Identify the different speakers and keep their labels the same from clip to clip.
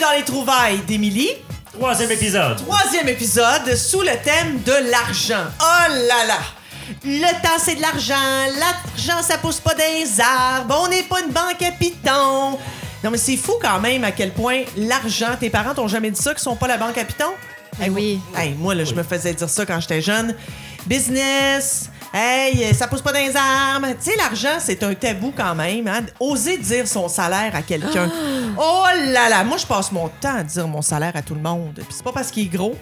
Speaker 1: dans les trouvailles d'Émilie.
Speaker 2: Troisième épisode.
Speaker 1: Troisième épisode sous le thème de l'argent. Oh là là! Le temps, c'est de l'argent. L'argent, ça pousse pas des arbres. On n'est pas une banque à piton. Non, mais c'est fou quand même à quel point l'argent. Tes parents t'ont jamais dit ça, qu'ils sont pas la banque à piton?
Speaker 3: Ben oui.
Speaker 1: Hey, moi, là, je me faisais dire ça quand j'étais jeune. Business. Hey, ça pousse pas dans les armes. Tu sais, l'argent, c'est un tabou quand même. hein. Oser dire son salaire à quelqu'un. Oh là là, moi, je passe mon temps à dire mon salaire à tout le monde. Puis c'est pas parce qu'il est gros.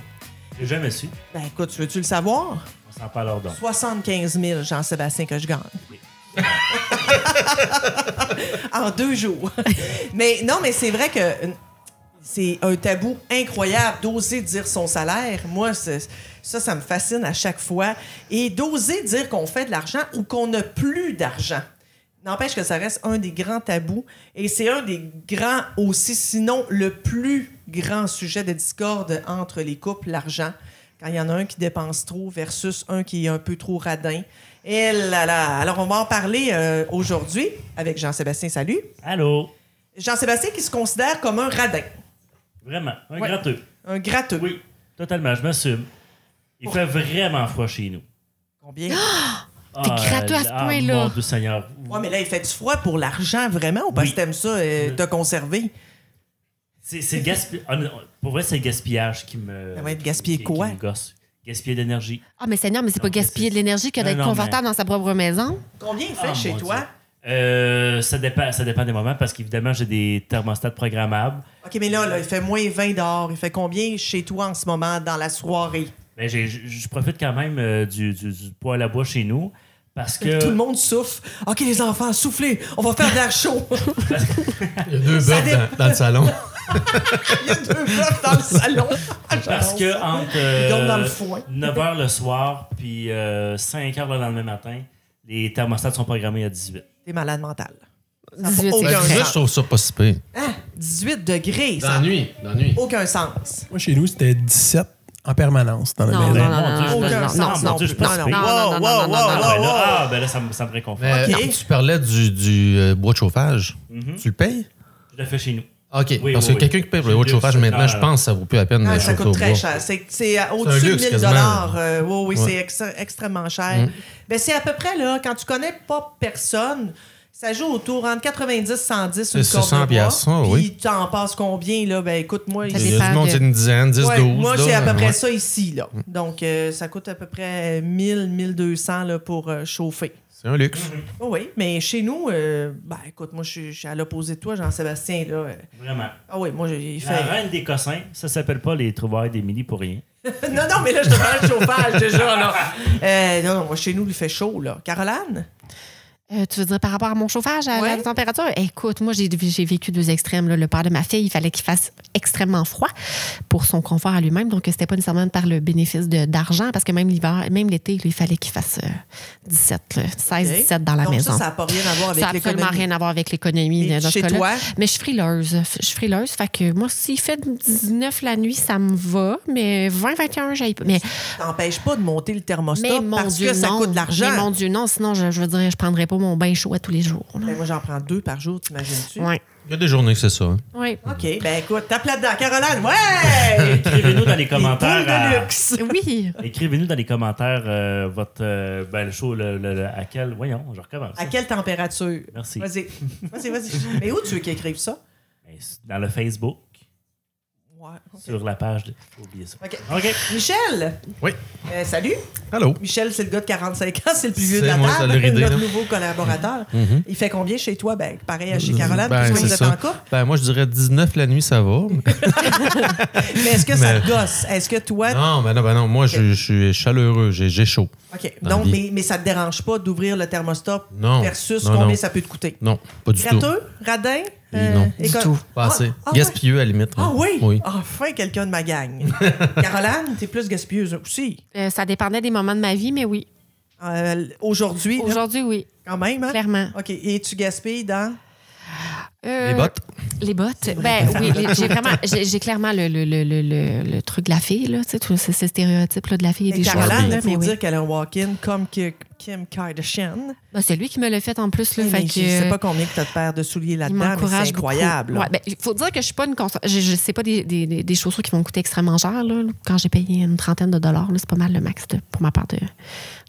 Speaker 2: J'ai jamais su.
Speaker 1: Ben écoute, veux-tu le savoir?
Speaker 2: On s'en parle hors d'onde.
Speaker 1: 75 000, Jean-Sébastien, que je gagne. en deux jours. mais non, mais c'est vrai que euh, c'est un tabou incroyable d'oser dire son salaire. Moi, c'est- ça, ça me fascine à chaque fois. Et d'oser dire qu'on fait de l'argent ou qu'on n'a plus d'argent. N'empêche que ça reste un des grands tabous et c'est un des grands aussi, sinon le plus grand sujet de discorde entre les couples, l'argent. Quand il y en a un qui dépense trop versus un qui est un peu trop radin. Et là là! Alors, on va en parler euh, aujourd'hui avec Jean-Sébastien. Salut!
Speaker 2: Allô?
Speaker 1: Jean-Sébastien qui se considère comme un radin,
Speaker 2: Vraiment, un
Speaker 1: Ouais.
Speaker 2: gratteux.
Speaker 1: un gratteux.
Speaker 2: Oui, totalement, je m'assume. Il fait vraiment froid chez nous. Ah,
Speaker 1: Combien?
Speaker 2: T'es
Speaker 3: gratteux à ce point-là.
Speaker 2: Mon Dieu Seigneur.
Speaker 1: Ouais, mais là, il fait du froid pour l'argent, vraiment, ou parce
Speaker 2: Oui.
Speaker 1: que t'aimes ça, euh, te conserver?
Speaker 2: C'est c'est gaspi- Ah, non, Pour vrai, c'est le gaspillage qui me.
Speaker 1: Ça va être gaspiller
Speaker 2: qui-
Speaker 1: quoi?
Speaker 2: Qui me gosse. Gaspiller d'énergie.
Speaker 3: Ah, mais Seigneur, mais c'est
Speaker 2: Non,
Speaker 3: pas
Speaker 2: mais
Speaker 3: gaspiller
Speaker 2: c'est-
Speaker 3: de l'énergie que
Speaker 2: Non,
Speaker 3: d'être
Speaker 2: non,
Speaker 3: confortable dans sa propre maison.
Speaker 1: Combien il fait
Speaker 2: Ah,
Speaker 1: chez
Speaker 2: mon
Speaker 1: toi?
Speaker 2: Dieu. Euh, ça, dépend, ça dépend des moments parce qu'évidemment, j'ai des thermostats programmables.
Speaker 1: OK, mais là, là, il fait moins 20 dehors. Il fait combien chez toi en ce moment dans la soirée?
Speaker 2: Ben, j'ai- je je profite quand même euh, du, du, du poids à la bois chez nous parce que.
Speaker 1: Tout le monde souffle. OK, les enfants, soufflez. On va faire de l'air chaud.
Speaker 4: Il y a deux
Speaker 1: Ça
Speaker 4: bœufs
Speaker 1: dé-
Speaker 4: dans, dans le salon.
Speaker 1: il y a deux meufs dans le salon.
Speaker 2: Parce que entre
Speaker 1: Ils dorment dans le foin.
Speaker 2: 9h le soir puis 5h le lendemain matin, les thermostats sont programmés à 18.
Speaker 1: T'es malade mental.
Speaker 3: 18,
Speaker 1: aucun
Speaker 3: c'est
Speaker 1: sens.
Speaker 3: vrai.
Speaker 4: Ça, je trouve ça pas si pire.
Speaker 1: Hein? 18 degrés, ça
Speaker 2: Ben,
Speaker 4: Dans la
Speaker 1: n'a
Speaker 4: nuit, dans la nuit.
Speaker 1: aucun sens.
Speaker 5: Moi, chez nous, c'était 17 en permanence dans la
Speaker 3: Non,
Speaker 5: maison.
Speaker 3: non, non, non,
Speaker 2: Mon Dieu, je
Speaker 1: aucun
Speaker 2: me
Speaker 1: sens,
Speaker 2: sens,
Speaker 1: non
Speaker 2: mon Dieu, je suis
Speaker 1: plus.
Speaker 2: pas
Speaker 1: Non,
Speaker 2: si
Speaker 1: non,
Speaker 2: pire.
Speaker 3: non, non, non,
Speaker 2: Ah,
Speaker 3: non, non, non,
Speaker 2: ben
Speaker 3: non.
Speaker 2: là, ah, ben là, ça me, ça me réconforte.
Speaker 4: Mais
Speaker 1: Ok.
Speaker 4: quand tu parlais du, du euh, bois de chauffage, tu le payes?
Speaker 2: Je le fais chez nous.
Speaker 4: Mm-hmm. OK,
Speaker 2: Oui,
Speaker 4: parce
Speaker 2: oui,
Speaker 4: que
Speaker 2: oui.
Speaker 4: quelqu'un qui paye pour le bois de
Speaker 2: J'ai
Speaker 4: chauffage
Speaker 2: vu ça.
Speaker 4: maintenant,
Speaker 2: Ah,
Speaker 4: je pense que ça vaut plus la peine
Speaker 1: Ah,
Speaker 4: de
Speaker 1: ça
Speaker 4: chauffer
Speaker 1: coûte
Speaker 4: au
Speaker 1: très
Speaker 4: bois.
Speaker 1: cher. C'est, c'est à- au-dessus de
Speaker 4: luxe,
Speaker 1: 1000
Speaker 4: quasiment.
Speaker 1: dollars. euh, oui,
Speaker 4: Ouais. Mm.
Speaker 1: c'est ex- extrêmement cher. Ben, c'est à peu près là, quand tu connais pas personne, ça joue autour entre 90 110 une
Speaker 4: C'est
Speaker 1: corde de
Speaker 4: 100
Speaker 1: bois.
Speaker 4: piastres, ça,
Speaker 1: Puis
Speaker 4: oui.
Speaker 1: tu en passes combien là Ben écoute moi,
Speaker 3: Ça
Speaker 4: Il y a
Speaker 3: dépend
Speaker 4: du monde,
Speaker 3: de-
Speaker 4: c'est une dizaine, 10,
Speaker 1: Ouais,
Speaker 4: 12.
Speaker 1: moi,
Speaker 4: là. ben
Speaker 1: j'ai à peu près
Speaker 4: Ouais. Mm.
Speaker 1: ça ici. Là. Donc, euh, ça coûte à peu près 1000, 1200 là, pour euh, chauffer.
Speaker 4: C'est un luxe.
Speaker 1: Oh oui, mais chez nous, euh, ben, écoute, moi, je suis- je suis à l'opposé de toi, Jean-Sébastien. là. euh.
Speaker 2: Vraiment.
Speaker 1: Ah oui, moi, j'ai il
Speaker 2: La
Speaker 1: fait.
Speaker 2: reine des cossins, ça s'appelle pas les trouvailles d'Émilie pour rien.
Speaker 1: non, non, mais là, je te parle de chauffage déjà. Là. Euh, non, non, moi, chez nous, il fait chaud. là. Caroline?
Speaker 3: Euh, tu veux dire par rapport à mon chauffage, à
Speaker 1: Ouais.
Speaker 3: la température? Écoute, moi, j'ai j'ai vécu deux extrêmes. là. Le père de ma fille, il fallait qu'il fasse extrêmement froid pour son confort à lui-même. Donc, c'était pas nécessairement par le bénéfice de- d'argent, parce que même l'hiver, même l'été, là, il fallait qu'il fasse euh, 17, là, 16,
Speaker 1: Ok.
Speaker 3: 17 dans la
Speaker 1: Donc,
Speaker 3: maison.
Speaker 1: Ça, ça n'a pas rien à voir
Speaker 3: Ça
Speaker 1: avec
Speaker 3: n'a absolument
Speaker 1: l'économie.
Speaker 3: rien à voir avec l'économie
Speaker 1: Et
Speaker 3: là, dans ce
Speaker 1: chez
Speaker 3: cas-là.
Speaker 1: toi?
Speaker 3: Mais je suis frileuse. F- Je suis frileuse. Fait que moi, s'il fait 19 la nuit, ça me va. Mais 20, 21, j'aille pas. Mais,
Speaker 1: T'empêche pas de monter le thermostat
Speaker 3: mais mon
Speaker 1: Ah, parce
Speaker 3: Dieu,
Speaker 1: que ça
Speaker 3: non.
Speaker 1: coûte de l'argent.
Speaker 3: Mais mon Dieu, non. Sinon, je, je veux dire, je prendrais pas mon bain chaud à tous les jours. là.
Speaker 1: Ben, moi, j'en prends deux par jour, t'imagines-tu?
Speaker 3: Ouais.
Speaker 4: Il y a des journées que c'est ça. hein.
Speaker 3: Ouais.
Speaker 1: OK, ben écoute, tape là-dedans. Caroline, ouais!
Speaker 2: Écrivez-nous dans les
Speaker 1: Les
Speaker 2: commentaires.
Speaker 1: poules de
Speaker 2: à-
Speaker 1: luxe.
Speaker 3: Oui.
Speaker 2: Écrivez-nous dans les commentaires euh, votre euh, ben, le show le- le- le- à quel voyons je recommence
Speaker 1: À quelle température?
Speaker 2: Merci.
Speaker 1: Vas-y. Vas-y, vas-y. Mais où tu veux qu'ils écrivent ça?
Speaker 2: Ben, c'est dans le Facebook
Speaker 1: Ouais. ok.
Speaker 2: sur la page de Faut oublier ça
Speaker 1: Ok.
Speaker 2: ok
Speaker 1: Michel!
Speaker 4: Oui.
Speaker 1: Euh, salut!
Speaker 4: Allô?
Speaker 1: Michel, c'est le gars de 45 ans, c'est le plus vieux de
Speaker 4: C'est
Speaker 1: la
Speaker 4: moi,
Speaker 1: table,
Speaker 4: ça l'a ridé,
Speaker 1: notre
Speaker 4: là.
Speaker 1: nouveau collaborateur.
Speaker 4: Mhm.
Speaker 1: Il fait combien chez toi? Ben, pareil à chez Caroline,
Speaker 4: Ben,
Speaker 1: puisque vous
Speaker 4: c'est
Speaker 1: êtes
Speaker 4: ça.
Speaker 1: en couple.
Speaker 4: Ben, moi, je dirais 19 la nuit, ça va.
Speaker 1: Mais est-ce que ça
Speaker 4: Mais-
Speaker 1: te gosse? Est-ce que toi...
Speaker 4: non, ben non, ben non. Moi, je, je suis chaleureux. J'ai j'ai chaud.
Speaker 1: OK.
Speaker 4: Dans
Speaker 1: Donc,
Speaker 4: le
Speaker 1: mais, mais ça te dérange pas d'ouvrir le thermostat
Speaker 4: Non.
Speaker 1: versus
Speaker 4: Non,
Speaker 1: combien
Speaker 4: non.
Speaker 1: ça peut te coûter?
Speaker 4: Non, pas du tout.
Speaker 1: Gratteux? Radin?
Speaker 4: Et non,
Speaker 1: éco-
Speaker 4: du tout.
Speaker 1: Ah,
Speaker 4: Pas assez.
Speaker 1: ah ouais.
Speaker 4: Gaspilleux, à la limite.
Speaker 1: Ah
Speaker 4: hein.
Speaker 1: oui?
Speaker 4: Oui.
Speaker 1: Enfin, quelqu'un de ma gang. Caroline, t'es plus gaspilleuse aussi.
Speaker 3: Euh, ça dépendait des moments de ma vie, mais oui.
Speaker 1: Euh, Aujourd'hui, là,
Speaker 3: Aujourd'hui, oui,
Speaker 1: quand même, hein?
Speaker 3: clairement.
Speaker 1: OK. Et tu gaspilles dans.
Speaker 3: Euh,
Speaker 4: Les bottes.
Speaker 3: Les bottes. Ben oui, les- j'ai vraiment, j'ai j'ai clairement le, le, le, le, le- le truc de la fille, là, tu sais, tout ce, ce stéréotype là, de la fille et
Speaker 1: Et
Speaker 3: des choses.
Speaker 1: Caroline,
Speaker 4: là,
Speaker 1: il faut dire qu'elle a un walk-in comme que- Kim Kardashian.
Speaker 3: Ben, c'est lui qui me l'a fait en plus, là,
Speaker 1: Eh, Mais
Speaker 3: fait
Speaker 1: je
Speaker 3: que-
Speaker 1: sais pas combien que t'as de paires de souliers
Speaker 3: Il
Speaker 1: là-dedans, mais
Speaker 3: m'encourage
Speaker 1: c'est
Speaker 3: beaucoup.
Speaker 1: incroyable. là.
Speaker 3: Ouais, ben, Il faut dire que je suis pas une cons- je, je sais pas des, des, des- des chaussures qui vont coûter extrêmement cher. Là. Quand j'ai payé une trentaine de dollars, là, c'est pas mal le max de- pour ma part de, de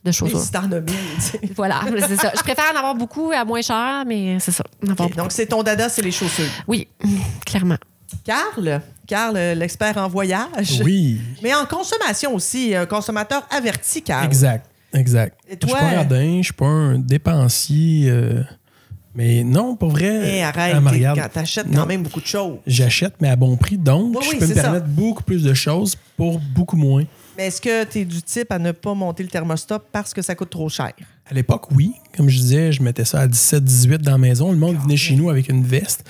Speaker 1: Mais
Speaker 3: chaussures.
Speaker 1: si t'en as mille, tu sais.
Speaker 3: Voilà, c'est ça. Je préfère en avoir beaucoup à moins cher, mais c'est ça. en avoir
Speaker 1: Ok,
Speaker 3: beaucoup.
Speaker 1: donc, c'est ton dada, c'est les chaussures.
Speaker 3: Oui, clairement.
Speaker 1: Carl, Carl, euh, l'expert en voyage.
Speaker 5: Oui,
Speaker 1: Mais en consommation aussi, un consommateur averti, Carl.
Speaker 5: exact, exact.
Speaker 1: Et
Speaker 5: je
Speaker 1: toi? euh,
Speaker 5: suis pas radin, je suis pas un dépensier. euh, mais non, pour vrai,
Speaker 1: Et Eh, arrête,
Speaker 5: elle me
Speaker 1: t'es-
Speaker 5: regarde.
Speaker 1: quand t'achètes
Speaker 5: Euh, Non.
Speaker 1: quand même beaucoup de choses.
Speaker 5: J'achète, mais à bon prix, donc
Speaker 1: Oui,
Speaker 5: je
Speaker 1: oui,
Speaker 5: peux me
Speaker 1: c'est ça.
Speaker 5: permettre beaucoup plus de choses pour beaucoup moins.
Speaker 1: Mais est-ce que t'es du type à ne pas monter le thermostat parce que ça coûte trop cher?
Speaker 3: Ben,
Speaker 5: À l'époque, oui. Comme je disais, je mettais ça à 17-18 dans la maison. Le monde venait chez nous avec une veste.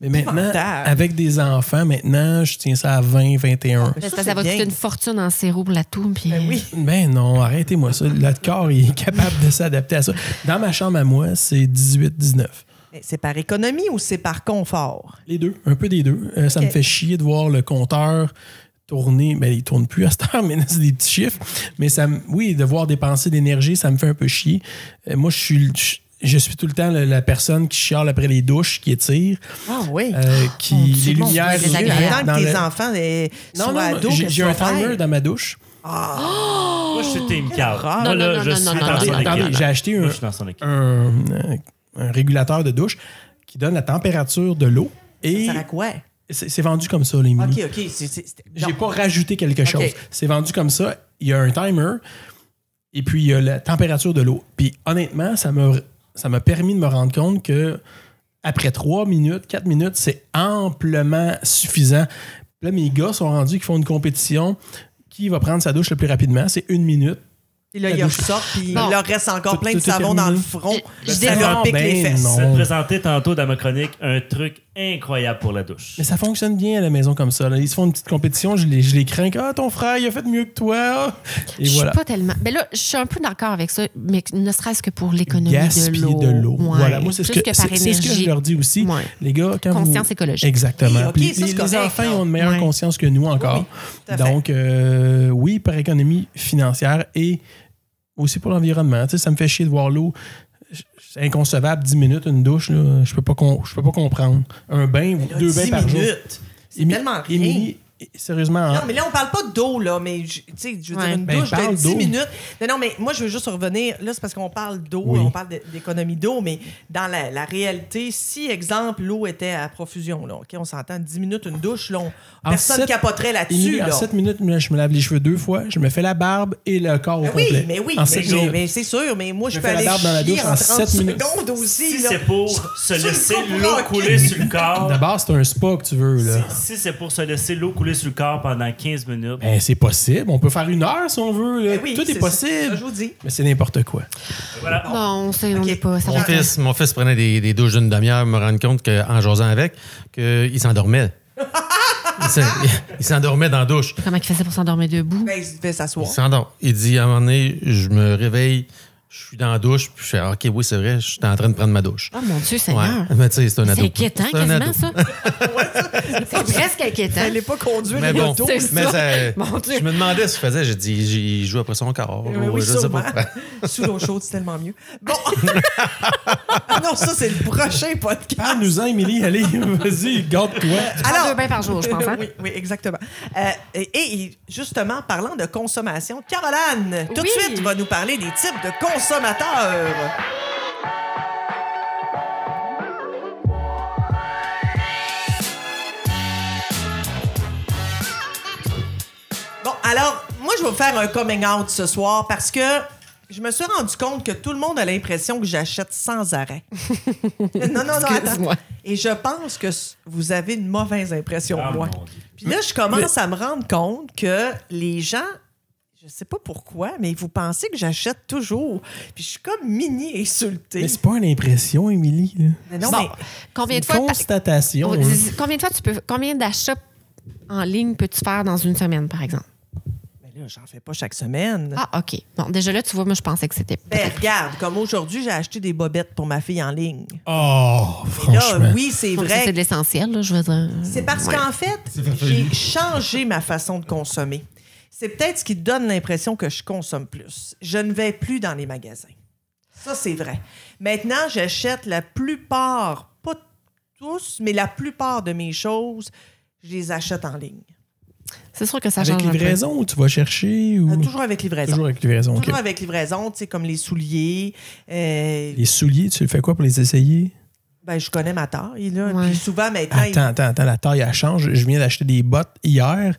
Speaker 5: Mais maintenant,
Speaker 1: Épouvantable.
Speaker 5: avec des enfants, maintenant, je tiens ça à 20-21.
Speaker 1: Mais ça,
Speaker 3: Parce que ça,
Speaker 1: c'est
Speaker 3: va
Speaker 1: bien.
Speaker 3: coûter une fortune en sérum, la toux. Puis... euh,
Speaker 1: Ben oui.
Speaker 5: Ben non, arrêtez-moi ça. Le corps, il est capable de s'adapter à ça. Dans ma chambre à moi, c'est 18-19.
Speaker 1: Mais c'est par économie ou c'est par confort?
Speaker 5: Les deux, un peu des deux. Euh, ça
Speaker 1: Ok.
Speaker 5: me fait chier de voir le compteur tourner. Ben, il tourne plus à cette heure, mais c'est des petits chiffres. Mais ça, me- oui, de voir dépenser d'énergie, ça me fait un peu chier. Euh, moi, je suis, je, je suis tout le temps la, la personne qui chiale après les douches, qui étire,
Speaker 1: Ah oui.
Speaker 5: euh, qui
Speaker 3: mon Dieu,
Speaker 5: les
Speaker 3: mon Dieu,
Speaker 5: lumières.
Speaker 3: c'est
Speaker 5: qui-
Speaker 3: désagréable.
Speaker 1: Attends
Speaker 5: dans
Speaker 1: que
Speaker 5: le-
Speaker 1: tes enfants euh,
Speaker 5: Non,
Speaker 1: soient
Speaker 5: non,
Speaker 1: ados.
Speaker 5: j'ai
Speaker 1: qu'est-ce
Speaker 5: j'ai un
Speaker 1: qu'ils vont
Speaker 5: timer
Speaker 1: faire?
Speaker 5: dans ma douche.
Speaker 2: Moi, je suis Team Carl.
Speaker 1: horreur.
Speaker 2: Moi, là,
Speaker 3: Oh, Non, non,
Speaker 2: je
Speaker 3: non,
Speaker 2: suis
Speaker 3: non,
Speaker 2: dans
Speaker 3: non,
Speaker 2: son
Speaker 5: Attendez,
Speaker 2: équipe.
Speaker 5: attendez, j'ai acheté
Speaker 2: Moi,
Speaker 5: un,
Speaker 2: je suis dans son équipe.
Speaker 5: un, un régulateur de douche qui donne la température de l'eau et
Speaker 1: Ça sert à quoi?
Speaker 5: c'est c'est vendu comme ça, les
Speaker 1: OK, OK. c'est- c'est- c'est-
Speaker 5: Mm-hmm. J'ai
Speaker 1: non.
Speaker 5: pas rajouté quelque chose.
Speaker 1: Ok.
Speaker 5: C'est vendu comme ça. Il y a un timer et puis il y a la température de l'eau. Puis honnêtement, ça m'a ça m'a permis de me rendre compte que après 3 minutes, 4 minutes, c'est amplement suffisant. Puis Là, mes gars sont rendus qui font une compétition. Qui va prendre sa douche le plus rapidement? C'est une minute.
Speaker 1: Puis là,
Speaker 5: la
Speaker 1: il
Speaker 5: douche.
Speaker 1: ressort, puis
Speaker 3: Bon.
Speaker 1: il leur reste encore
Speaker 5: Tout-
Speaker 1: plein de
Speaker 5: tout est
Speaker 1: savon dans le
Speaker 5: terminé.
Speaker 1: front.
Speaker 3: Je- je
Speaker 1: ça
Speaker 5: défends-
Speaker 1: leur pique les
Speaker 5: Ben
Speaker 1: fesses.
Speaker 5: non.
Speaker 2: Je vais te présenter tantôt dans ma chronique un truc incroyable pour la douche.
Speaker 5: Mais ça fonctionne bien à la maison comme ça. là. Ils se font une petite compétition, je les, je les crains. que, Ah, ton frère, il a fait mieux que toi. ah! Et
Speaker 3: Je suis
Speaker 5: voilà.
Speaker 3: pas tellement. Ben là, je suis un peu d'accord avec ça, mais ne serait-ce que pour l'économie
Speaker 5: Gaspiller
Speaker 3: de l'eau.
Speaker 5: de l'eau.
Speaker 3: Ouais.
Speaker 5: Voilà, moi, c'est ce,
Speaker 3: Plus
Speaker 5: que-
Speaker 3: par
Speaker 5: c'est- c'est ce que je
Speaker 3: énergie.
Speaker 5: leur dis aussi.
Speaker 3: Ouais.
Speaker 5: Les gars, quand vous-
Speaker 3: Conscience écologique.
Speaker 5: Exactement.
Speaker 1: Oui, ok,
Speaker 5: Puis
Speaker 1: ça, c'est
Speaker 5: les,
Speaker 1: correct,
Speaker 5: les enfants ils ont une meilleure
Speaker 3: Ouais.
Speaker 5: conscience que nous encore.
Speaker 1: Oui, tout à fait.
Speaker 5: Donc, euh, oui, par économie financière et aussi pour l'environnement. Tu sais, ça me fait chier de voir l'eau. C'est inconcevable, 10 minutes, une douche, là, je peux pas con- je peux pas comprendre. Un bain,
Speaker 1: Là,
Speaker 5: deux
Speaker 1: 10
Speaker 5: bains par jour.
Speaker 1: minutes. C'est
Speaker 5: Émi-
Speaker 1: tellement rien.
Speaker 5: Émilie, sérieusement, hein,
Speaker 1: Non, mais là, on parle pas d'eau, là, mais je- tu sais, je veux
Speaker 3: Ouais.
Speaker 1: dire, une
Speaker 5: Ben,
Speaker 1: douche de
Speaker 5: parle
Speaker 1: 10
Speaker 5: d'eau.
Speaker 1: minutes. Non, non, mais moi, je veux juste revenir. Là, c'est parce qu'on parle d'eau,
Speaker 5: Oui.
Speaker 1: on parle d'é- d'économie d'eau, mais dans la, la réalité, si, exemple, l'eau était à profusion, là, OK, on s'entend, 10 minutes, une douche, là, on-
Speaker 5: En
Speaker 1: personne
Speaker 5: sept-
Speaker 1: capoterait là-dessus,
Speaker 5: Émilie,
Speaker 1: là.
Speaker 5: en 7 minutes, je me lave les cheveux deux fois, je me fais la barbe et le corps au
Speaker 1: Ben oui,
Speaker 5: complet.
Speaker 1: mais oui,
Speaker 5: en
Speaker 1: mais,
Speaker 5: sept
Speaker 1: mais-
Speaker 5: minutes.
Speaker 1: mais c'est sûr, mais moi, je,
Speaker 5: me
Speaker 1: peux
Speaker 5: fais la
Speaker 1: aller
Speaker 5: barbe dans la
Speaker 1: chier
Speaker 5: douche
Speaker 1: en
Speaker 5: en
Speaker 1: 30
Speaker 5: sept minutes.
Speaker 1: secondes aussi,
Speaker 2: Si
Speaker 1: là.
Speaker 2: c'est pour se
Speaker 1: sur le
Speaker 2: laisser
Speaker 1: corps,
Speaker 2: l'eau
Speaker 1: ok.
Speaker 2: couler sur le
Speaker 1: ah.
Speaker 2: corps,
Speaker 5: Ah. D'abord, c'est un spa que tu veux. Là.
Speaker 2: si c'est pour se laisser l'eau couler sur le corps pendant 15 minutes,
Speaker 5: Ben, c'est possible. On peut faire une heure si on veut. là.
Speaker 1: Ben oui,
Speaker 5: Tout est,
Speaker 1: c'est ça,
Speaker 5: possible.
Speaker 1: ça, je vous dis.
Speaker 5: Mais c'est n'importe quoi.
Speaker 2: voilà.
Speaker 3: Non, on sait, on
Speaker 1: Ok.
Speaker 3: n'est pas. Ça
Speaker 4: Mon
Speaker 3: va pas.
Speaker 4: fils, mon fils prenait des, des douches d'une demi-heure, me rendre compte qu'en jasant avec, qu'il s'endormait. Il s'en- il s'endormait dans la douche.
Speaker 3: Comment il faisait pour s'endormir debout?
Speaker 1: Ben, il se devait s'asseoir.
Speaker 4: Il s'endort. Il dit à un moment donné, je me réveille, je suis dans la douche, puis je fais ah, OK, oui, c'est vrai, je suis en train de prendre ma douche.
Speaker 3: Oh mon Dieu,
Speaker 4: Ouais.
Speaker 3: Seigneur.
Speaker 4: Mais tu sais, c'est un ado.
Speaker 3: C'est inquiétant,
Speaker 4: un
Speaker 3: quasiment,
Speaker 4: ado.
Speaker 3: ça. c'est presque inquiétant.
Speaker 1: Elle n'est pas conduite,
Speaker 4: Mais bon,
Speaker 3: C'est ça.
Speaker 4: mais ça-
Speaker 3: Mon Dieu.
Speaker 4: je me demandais ce qu'il faisait. J'ai dit, j'y joue après son corps.
Speaker 1: Euh,
Speaker 4: ou
Speaker 1: oui,
Speaker 4: je sais
Speaker 1: sûrement.
Speaker 4: pas.
Speaker 1: Sous l'eau chaude, c'est tellement mieux. Bon. ah non, ça, c'est le prochain podcast.
Speaker 5: Parle-nous-en, Émilie. Allez, vas-y, garde-toi.
Speaker 3: Alors, deux bains par jour, je pense. hein?
Speaker 1: oui, oui, exactement. Euh, et, et justement, parlant de consommation, Caroline, tout de
Speaker 3: Oui.
Speaker 1: suite, va nous parler des types de consommateurs. Bon, alors, moi, je vais vous faire un coming out ce soir parce que je me suis rendu compte que tout le monde a l'impression que j'achète sans arrêt. non, non, non, attends.
Speaker 3: Excuse-moi.
Speaker 1: Et je pense que s- vous avez une mauvaise impression de
Speaker 2: Ah,
Speaker 1: moi.
Speaker 2: mon Dieu.
Speaker 1: Puis là, je commence à me rendre compte que les gens, je sais pas pourquoi, mais vous pensez que j'achète toujours. Puis je suis comme mini insultée.
Speaker 5: Mais c'est pas une impression, Émilie. là.
Speaker 1: Mais non,
Speaker 3: Bon,
Speaker 1: mais
Speaker 3: combien de
Speaker 5: C'est
Speaker 3: fois.
Speaker 5: une constatation.
Speaker 3: On
Speaker 5: hein.
Speaker 3: dit- Combien de fois tu peux. Combien d'achats en ligne peux-tu faire dans une semaine, par exemple?
Speaker 1: mais là, là, j'en fais pas chaque semaine.
Speaker 3: Ah, OK. Bon, déjà là, tu vois, moi, je pensais que c'était.
Speaker 1: Ben, regarde, comme aujourd'hui, j'ai acheté des bobettes pour ma fille en ligne.
Speaker 5: Oh,
Speaker 1: Et là,
Speaker 5: franchement.
Speaker 1: oui, c'est
Speaker 3: Bon, ça,
Speaker 1: vrai.
Speaker 3: C'est de l'essentiel, là, je veux dire.
Speaker 1: C'est parce
Speaker 3: Ouais.
Speaker 1: qu'en fait, j'ai changé ma façon de consommer. C'est peut-être ce qui donne l'impression que je consomme plus. Je ne vais plus dans les magasins. Ça, c'est vrai. Maintenant, j'achète la plupart, pas tous, mais la plupart de mes choses, je les achète en ligne.
Speaker 3: C'est sûr que ça
Speaker 5: Avec
Speaker 3: change. un peu.
Speaker 5: livraison ou tu vas chercher ou...
Speaker 1: Euh, toujours avec livraison.
Speaker 5: Toujours avec livraison. ok.
Speaker 1: Toujours avec livraison, tu sais, comme les souliers. euh,
Speaker 5: Les souliers, tu le fais quoi pour les essayer?
Speaker 1: ben, je connais ma taille, là.
Speaker 3: Ouais.
Speaker 1: Puis souvent, maintenant, ils-
Speaker 5: Attends, attends, attends, la taille, elle change. Je viens d'acheter des bottes hier.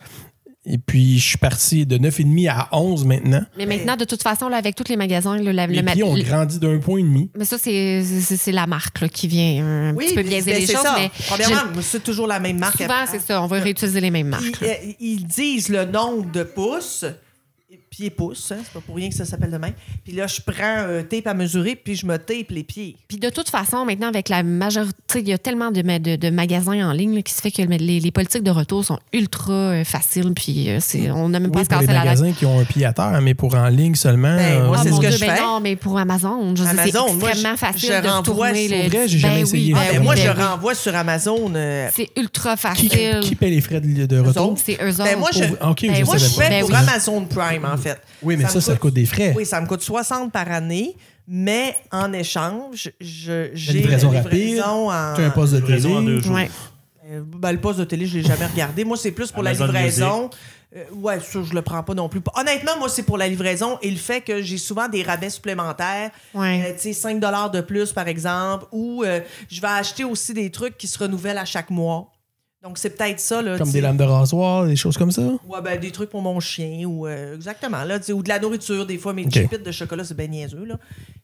Speaker 5: Et puis, je suis parti de 9,5 à 11 maintenant.
Speaker 3: Mais maintenant, de toute façon, là, avec tous les magasins, là, la-
Speaker 5: Les
Speaker 3: le ma-
Speaker 5: pieds ont
Speaker 3: le-
Speaker 5: grandi d'un point et demi.
Speaker 3: Mais ça, c'est- c'est c'est la marque là, qui vient un
Speaker 1: oui,
Speaker 3: petit peu biaiser
Speaker 1: ben,
Speaker 3: les
Speaker 1: c'est
Speaker 3: choses.
Speaker 1: ça.
Speaker 3: Mais
Speaker 1: Premièrement, hein. c'est toujours la même
Speaker 3: j'ai-
Speaker 1: marque.
Speaker 3: souvent, c'est ça. On va réutiliser les mêmes marques.
Speaker 1: Ils,
Speaker 3: là.
Speaker 1: euh, ils disent le nombre de pouces, pieds pouces, hein, c'est pas pour rien que ça s'appelle de même. Puis là, je prends un tape à mesurer, puis je me tape les pieds.
Speaker 3: Puis de toute façon, maintenant, avec la majorité, tu sais, il y a tellement de, ma- de- de magasins en ligne là, qui se fait que les, les politiques de retour sont ultra euh, faciles. Puis euh, c'est- on n'a même
Speaker 5: Oui,
Speaker 3: pas à se
Speaker 5: pour les
Speaker 3: casser la tête.
Speaker 5: magasins qui ont un pied à terre, mais pour en ligne seulement.
Speaker 1: Ben, moi,
Speaker 5: euh,
Speaker 1: c'est
Speaker 3: mon
Speaker 1: ce que
Speaker 3: Dieu,
Speaker 1: je
Speaker 3: ben
Speaker 1: fais.
Speaker 3: Non, mais pour Amazon, je veux dire,
Speaker 1: Amazon,
Speaker 3: c'est
Speaker 1: moi,
Speaker 3: extrêmement
Speaker 1: je-
Speaker 3: facile
Speaker 1: je
Speaker 3: de
Speaker 1: renvoie,
Speaker 3: retourner
Speaker 1: c'est
Speaker 3: le.
Speaker 5: vrai, j'ai jamais essayé. Ah,
Speaker 1: Ben,
Speaker 5: oui,
Speaker 1: moi,
Speaker 5: ben
Speaker 1: je
Speaker 3: oui.
Speaker 1: renvoie sur Amazon. euh,
Speaker 3: C'est ultra
Speaker 5: qui,
Speaker 3: facile.
Speaker 5: qui paie les frais de, de retour?
Speaker 1: autres.
Speaker 3: C'est eux autres.
Speaker 1: Ben, moi, je,
Speaker 5: pour- ok,
Speaker 1: ben,
Speaker 5: je
Speaker 1: moi, je
Speaker 5: savais pas.
Speaker 1: fais
Speaker 3: Ben
Speaker 1: pour
Speaker 3: oui.
Speaker 1: Amazon Prime, en fait.
Speaker 5: Oui, mais ça,
Speaker 1: me
Speaker 5: ça coûte des frais.
Speaker 1: Oui, ça me coûte 60 par année, mais en échange, je- j'ai
Speaker 5: livraison
Speaker 1: la
Speaker 5: rapide,
Speaker 1: livraison en...
Speaker 5: Tu as un poste de télé.
Speaker 2: Livraison en deux jours.
Speaker 3: Ouais.
Speaker 1: Euh, ben, le poste de télé, je l'ai jamais regardé. Moi, c'est plus pour
Speaker 2: Amazon
Speaker 1: la livraison. Euh, ouais, ça, je le prends pas non plus. Honnêtement, moi, c'est pour la livraison et le fait que j'ai souvent des rabais supplémentaires.
Speaker 3: Ouais.
Speaker 1: Euh, tu sais, 5 de plus, par exemple. Ou euh, je vais acheter aussi des trucs qui se renouvellent à chaque mois. Donc, c'est peut-être ça. Là,
Speaker 5: Comme
Speaker 1: tu
Speaker 5: des
Speaker 1: sais.
Speaker 5: lames de rasoir, des choses comme ça.
Speaker 1: Ouais, ben, des trucs pour mon chien. ou euh, Exactement. Là, tu sais, ou de la nourriture. Des fois, mes
Speaker 5: Ok.
Speaker 1: chipites de chocolat, c'est ben niaiseux. Là.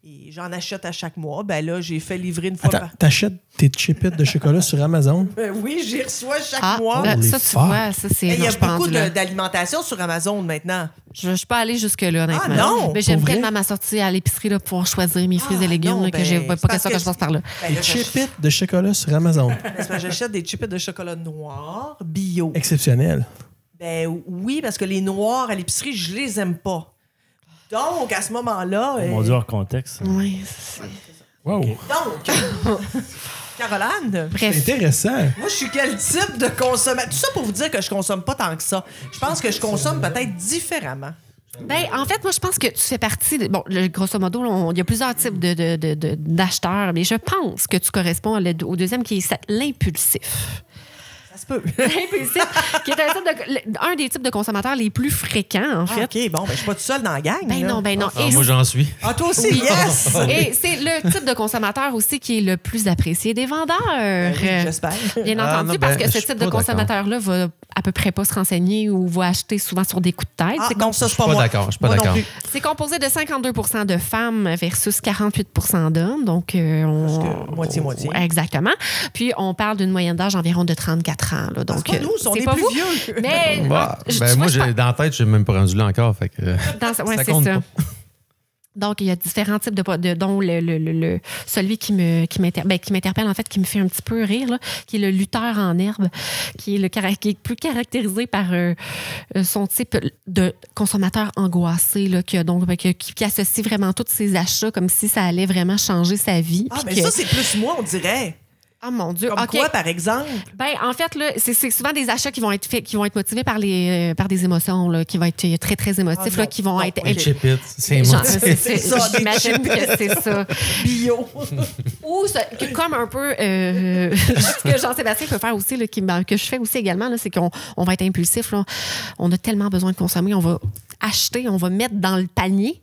Speaker 1: Et j'en achète à chaque mois. Ben là, j'ai fait livrer une fois
Speaker 5: Attends,
Speaker 1: par...
Speaker 5: t'achètes tes chipettes de chocolat sur Amazon?
Speaker 1: Ben oui, j'y reçois chaque
Speaker 3: Ah,
Speaker 1: mois.
Speaker 3: là,
Speaker 5: Holy
Speaker 3: ça, tu
Speaker 5: fuck.
Speaker 3: vois, ça, c'est.
Speaker 1: Mais Il Eh, y
Speaker 3: non,
Speaker 1: a
Speaker 3: je suis pas
Speaker 1: beaucoup
Speaker 3: rendue
Speaker 1: de-
Speaker 3: là.
Speaker 1: d'alimentation sur Amazon maintenant.
Speaker 3: Je ne suis pas allée jusque-là, honnêtement.
Speaker 1: Ah, non,
Speaker 3: Mais j'aime
Speaker 5: pour vrai?
Speaker 3: tellement ma sortie à l'épicerie là, pour pouvoir choisir mes fruits
Speaker 1: Ah,
Speaker 3: et légumes
Speaker 1: non,
Speaker 3: là,
Speaker 1: ben,
Speaker 3: que je
Speaker 1: c'est
Speaker 3: pas
Speaker 1: parce
Speaker 3: question
Speaker 1: que-
Speaker 3: que je passe par là.
Speaker 1: Ben, là,
Speaker 5: Des
Speaker 1: j'ach-
Speaker 5: chipettes de chocolat sur Amazon.
Speaker 1: parce que J'achète des chips de chocolat noir, bio.
Speaker 5: Exceptionnel.
Speaker 1: Ben oui, parce que les noirs à l'épicerie, je les aime pas. Donc, à ce moment-là. euh,
Speaker 2: Mon Dieu, hors contexte.
Speaker 3: Oui, c'est-
Speaker 5: Wow.
Speaker 1: donc, Caroline,
Speaker 5: C'est
Speaker 3: Bref.
Speaker 5: intéressant.
Speaker 1: moi, je suis quel type de consommateur? Tout ça pour vous dire que je consomme pas tant que ça. Je pense que je consomme peut-être différemment.
Speaker 3: Ben, en fait, moi, je pense que tu fais partie. de- bon, le- grosso modo, là, on- il y a plusieurs types de- de- de- de- d'acheteurs, mais je pense que tu corresponds à le- au deuxième qui est ça- l'impulsif.
Speaker 1: Ça se peut.
Speaker 3: L'impulsif, qui est un, type de- le- un des types de consommateurs les plus fréquents, en fait.
Speaker 1: OK, bon, ben, je suis pas tout seul dans la gang.
Speaker 3: Ben
Speaker 1: là.
Speaker 3: non, ben non.
Speaker 4: Ah,
Speaker 3: Et
Speaker 4: moi, j'en suis.
Speaker 1: Ah, toi aussi, yes!
Speaker 3: Et c'est le type de consommateur aussi qui est le plus apprécié des vendeurs.
Speaker 1: J'espère.
Speaker 3: Bien
Speaker 4: Ben Ah,
Speaker 3: entendu,
Speaker 4: non,
Speaker 3: parce
Speaker 4: ben,
Speaker 3: que
Speaker 4: je
Speaker 3: ce
Speaker 4: suis
Speaker 3: type
Speaker 4: pas
Speaker 3: de
Speaker 4: d'accord.
Speaker 3: consommateur-là va à peu près pas se renseigner ou va acheter souvent sur des coups de tête.
Speaker 1: Ah,
Speaker 3: C'est
Speaker 1: non, ça, c'est pas,
Speaker 4: pas
Speaker 1: moi.
Speaker 4: d'accord, je suis pas
Speaker 1: Moi non
Speaker 4: d'accord.
Speaker 1: plus.
Speaker 3: C'est composé de 52 de femmes versus 48 d'hommes. Donc, euh, on.
Speaker 1: Parce que moitié-moitié.
Speaker 3: Exactement. Puis, on parle d'une moyenne d'âge environ de 34 ans. Là. Donc,
Speaker 1: C'est pas
Speaker 3: euh,
Speaker 1: nous, on
Speaker 3: c'est
Speaker 1: est
Speaker 3: pas
Speaker 1: plus
Speaker 3: vous.
Speaker 1: vieux.
Speaker 3: Mais. euh,
Speaker 4: Bah,
Speaker 3: Ah, je-
Speaker 4: ben,
Speaker 3: tu vois,
Speaker 4: moi,
Speaker 3: je
Speaker 4: j'ai- dans la tête, je suis même pas rendu là encore. Fait que, euh,
Speaker 3: dans ce- ouais,
Speaker 4: ça
Speaker 3: c'est
Speaker 4: compte
Speaker 3: ça.
Speaker 4: pas.
Speaker 3: Donc, il y a différents types de, po- de dont le, le- le- le- celui qui me qui m'inter- ben, qui m'interpelle, en fait, qui me fait un petit peu rire, là, qui est le lutteur en herbe, qui est, le, cara- qui est plus caractérisé par euh, euh, son type de consommateur angoissé, là, qui, a donc, ben, qui, qui associe vraiment tous ses achats comme si ça allait vraiment changer sa vie.
Speaker 1: Ah,
Speaker 3: puis
Speaker 1: mais
Speaker 3: que-
Speaker 1: ça, c'est plus moi, on dirait.
Speaker 3: Ah, mon Dieu,
Speaker 1: Comme
Speaker 3: OK.
Speaker 1: quoi, par exemple?
Speaker 3: Ben, en fait, là, c'est c'est souvent des achats qui vont être faits, qui vont être motivés par, les, euh, par des émotions, là, qui vont être très, très émotifs,
Speaker 1: Ah,
Speaker 3: là,
Speaker 1: non,
Speaker 3: qui vont
Speaker 1: non,
Speaker 3: être
Speaker 1: oui.
Speaker 4: les chipettes, c'est
Speaker 3: Genre,
Speaker 4: émotif.
Speaker 3: c'est- c'est-
Speaker 1: C'est ça, des
Speaker 3: J'imagine que c'est ça.
Speaker 1: Bio.
Speaker 3: Ou ce- que- comme un peu euh, ce que Jean-Sébastien peut faire aussi, là, qui, ben, que je fais aussi également, là, c'est qu'on on va être impulsif. là. On a tellement besoin de consommer, on va acheter, on va mettre dans le panier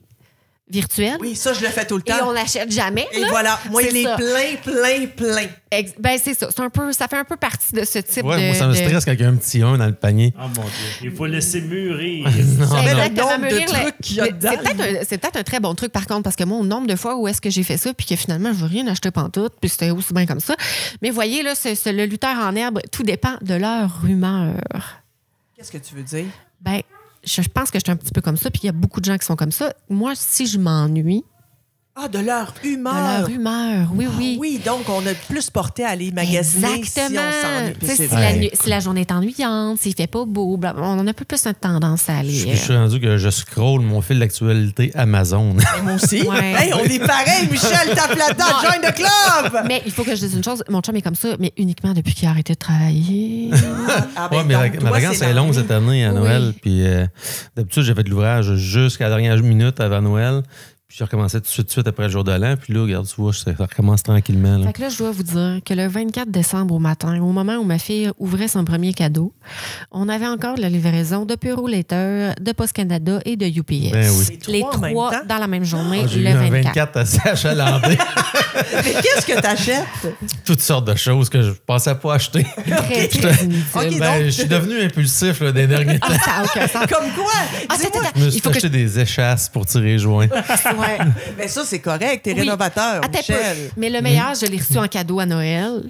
Speaker 3: virtuel.
Speaker 1: Oui, ça, je le fais tout le
Speaker 3: Et on
Speaker 1: temps.
Speaker 3: n'achète jamais.
Speaker 1: Et,
Speaker 3: là.
Speaker 1: voilà, moi,
Speaker 3: C'est
Speaker 1: il est
Speaker 3: ça.
Speaker 1: plein, plein, plein.
Speaker 3: Ex- Ben, c'est ça. C'est un peu, ça fait un peu partie de ce type
Speaker 4: Ouais,
Speaker 3: de.
Speaker 4: moi, ça me
Speaker 3: de-
Speaker 4: stresse quand il y a un petit 1 dans le panier.
Speaker 2: Oh mon Dieu. Il faut laisser mûrir.
Speaker 3: Ah,
Speaker 4: Non,
Speaker 1: Mais
Speaker 4: Ah, non.
Speaker 1: le
Speaker 3: Exactement,
Speaker 1: nombre de
Speaker 3: mûrir, là.
Speaker 1: trucs qu'il y a
Speaker 3: Mais
Speaker 1: dedans.
Speaker 3: C'est peut-être un- c'est peut-être un, très bon truc, par contre, parce que moi, au nombre de fois où est-ce que j'ai fait ça, puis que finalement, je veux rien acheter pantoute, puis c'était aussi bien comme ça. Mais voyez, là, ce- ce- le lutteur en herbe, tout dépend de leur humeur.
Speaker 1: Qu'est-ce que tu veux dire?
Speaker 3: Ben, je, je pense que je suis un petit peu comme ça, puis il y a beaucoup de gens qui sont comme ça. Moi, si je m'ennuie,
Speaker 1: Ah, de leur humeur.
Speaker 3: de leur humeur. Oui,
Speaker 1: Ah
Speaker 3: oui.
Speaker 1: oui, donc on a plus porté à aller magasiner si on s'ennuie.
Speaker 3: Exactement. Tu sais, Si,
Speaker 1: C'est vrai.
Speaker 3: la
Speaker 4: Ouais.
Speaker 3: nu- si la journée est ennuyante, s'il fait pas beau, bla- on en a un peu plus une tendance à
Speaker 4: Je
Speaker 3: aller. euh,
Speaker 4: je suis rendu que je scroll mon fil d'actualité Amazon.
Speaker 1: Moi aussi.
Speaker 3: Ouais.
Speaker 1: Hey, on est pareil, Michel, tape là-dedans, join the club!
Speaker 3: Mais il faut que je dise une chose, mon chum est comme ça, mais uniquement depuis qu'il a arrêté de travailler.
Speaker 1: Ah, ben,
Speaker 4: Ouais, mais
Speaker 1: donc,
Speaker 4: la-
Speaker 1: toi,
Speaker 4: ma vacance
Speaker 1: c'est
Speaker 4: est longue cette année à
Speaker 3: Oui.
Speaker 4: Noël. Puis euh, d'habitude, j'ai fait de l'ouvrage jusqu'à la dernière minute avant Noël. Puis j'ai recommencé tout de suite, tout de suite après le jour de l'an. Puis là, regarde, tu vois, ça ça recommence tranquillement. là.
Speaker 3: Fait que là, je dois vous dire que le 24 décembre au matin, au moment où ma fille ouvrait son premier cadeau, on avait encore la livraison de Puro Later, de Post Canada et de UPS.
Speaker 4: Ben oui.
Speaker 1: C'est
Speaker 3: Les
Speaker 1: trois en même
Speaker 3: trois
Speaker 1: temps.
Speaker 3: dans la même journée,
Speaker 4: Ah, J'ai eu
Speaker 3: le
Speaker 4: un
Speaker 3: 24.
Speaker 4: 24 assez achalandé.
Speaker 1: Mais qu'est-ce que t'achètes?
Speaker 4: Toutes sortes de choses que je pensais pas acheter.
Speaker 3: Très,
Speaker 1: Ok.
Speaker 3: très inutile.
Speaker 1: Ok,
Speaker 4: ben,
Speaker 1: donc-
Speaker 4: je suis devenu impulsif là, des derniers temps.
Speaker 3: Ah, ça a aucun sens.
Speaker 1: Comme quoi?
Speaker 3: Ah, attends,
Speaker 1: Dis-moi.
Speaker 3: attends,
Speaker 4: Je me
Speaker 3: il
Speaker 4: suis
Speaker 3: faut que
Speaker 4: acheté des échasses pour tirer joint.
Speaker 3: je... ouais.
Speaker 1: Mais ça, c'est correct, t'es
Speaker 3: Oui.
Speaker 1: rénovateur,
Speaker 3: Attends un peu.
Speaker 1: Michel.
Speaker 3: Mais le meilleur, je l'ai reçu en cadeau à Noël.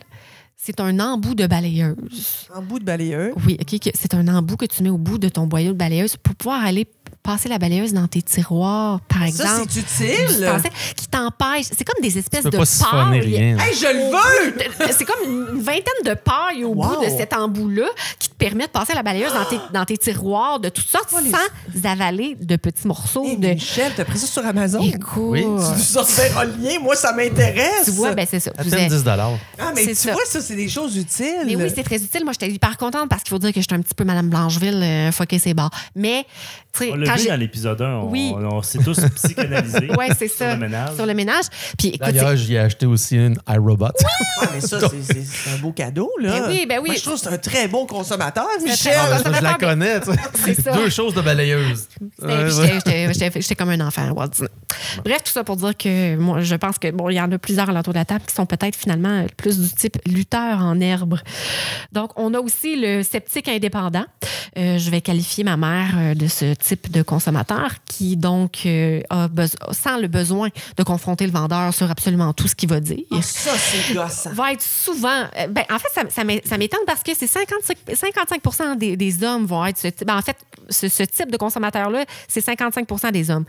Speaker 3: C'est un embout de balayeuse.
Speaker 1: En bout de balayeur.
Speaker 3: Oui, OK. que- C'est un embout que tu mets au bout de ton boyau de balayeuse pour pouvoir aller passer la balayeuse dans tes tiroirs, par
Speaker 1: Ça,
Speaker 3: exemple.
Speaker 1: c'est
Speaker 3: Du
Speaker 1: utile.
Speaker 3: français, qui t'empêche. C'est comme des espèces
Speaker 4: Tu peux
Speaker 3: de
Speaker 4: pas siphonner
Speaker 3: pailles.
Speaker 4: rien. là.
Speaker 1: Hey, je le veux!
Speaker 3: C'est comme une vingtaine de pailles au
Speaker 1: Wow.
Speaker 3: bout de cet embout-là qui te permet de passer la balayeuse dans tes, dans tes tiroirs de toutes sortes
Speaker 1: Oh, les- Eh,
Speaker 3: sans avaler de petits morceaux.
Speaker 1: Hey,
Speaker 3: de...
Speaker 1: Michel, t'as pris ça sur Amazon?
Speaker 3: Écoute,
Speaker 4: Oui,
Speaker 1: Tu sortiras le lien, moi, ça m'intéresse.
Speaker 3: tu vois, ben c'est ça.
Speaker 4: À
Speaker 3: Vous
Speaker 4: peine
Speaker 3: êtes-
Speaker 4: 10
Speaker 1: Ah, mais
Speaker 3: c'est
Speaker 1: tu
Speaker 3: ça.
Speaker 1: vois, ça, c'est des choses utiles.
Speaker 3: Mais oui, c'est très utile. Moi, j'étais hyper contente parce qu'il faut dire que j'étais un petit peu Madame Blancheville, euh, fucker ses bars. Mais, tu sais,
Speaker 2: On l'a
Speaker 3: quand
Speaker 2: vu
Speaker 3: j'ai-
Speaker 2: dans l'épisode 1, on,
Speaker 3: Oui.
Speaker 2: on, on s'est tous psychanalysés
Speaker 3: Ouais, c'est
Speaker 2: sur
Speaker 3: ça.
Speaker 2: le ménage.
Speaker 3: Sur le ménage. Puis, écoute,
Speaker 4: D'ailleurs, j'y ai acheté aussi une iRobot.
Speaker 1: Ah, mais ça, c'est- c'est c'est un beau cadeau, là.
Speaker 3: Ben oui, ben oui.
Speaker 1: Moi, je trouve que c'est un très bon consommateur, Michel.
Speaker 4: Ah, ben, ça, je la connais, tu sais.
Speaker 3: C'est ça.
Speaker 4: Deux choses de balayeuse.
Speaker 3: c'est- c'est-
Speaker 4: Ouais,
Speaker 3: j'étais-
Speaker 4: ouais.
Speaker 3: j'étais- j'étais- j'étais comme un enfant à Walt Disney. Bref, tout ça pour dire que moi, je pense que bon, il y en a plusieurs alentour de la table qui sont peut-être finalement euh, plus du type lutteur en herbe. Donc, on a aussi le sceptique indépendant. Euh, je vais qualifier ma mère euh, de ce type de consommateur qui, donc, euh, a beso- sent le besoin de confronter le vendeur sur absolument tout ce qu'il va dire.
Speaker 1: Ah, ça, c'est gossant.
Speaker 3: va être souvent. euh, Ben, en fait, ça, ça m'é- ça m'étonne parce que c'est 55, 55 des, des hommes vont être. Ce, type- ben, en fait, ce, ce type de consommateur-là, c'est 55 des hommes.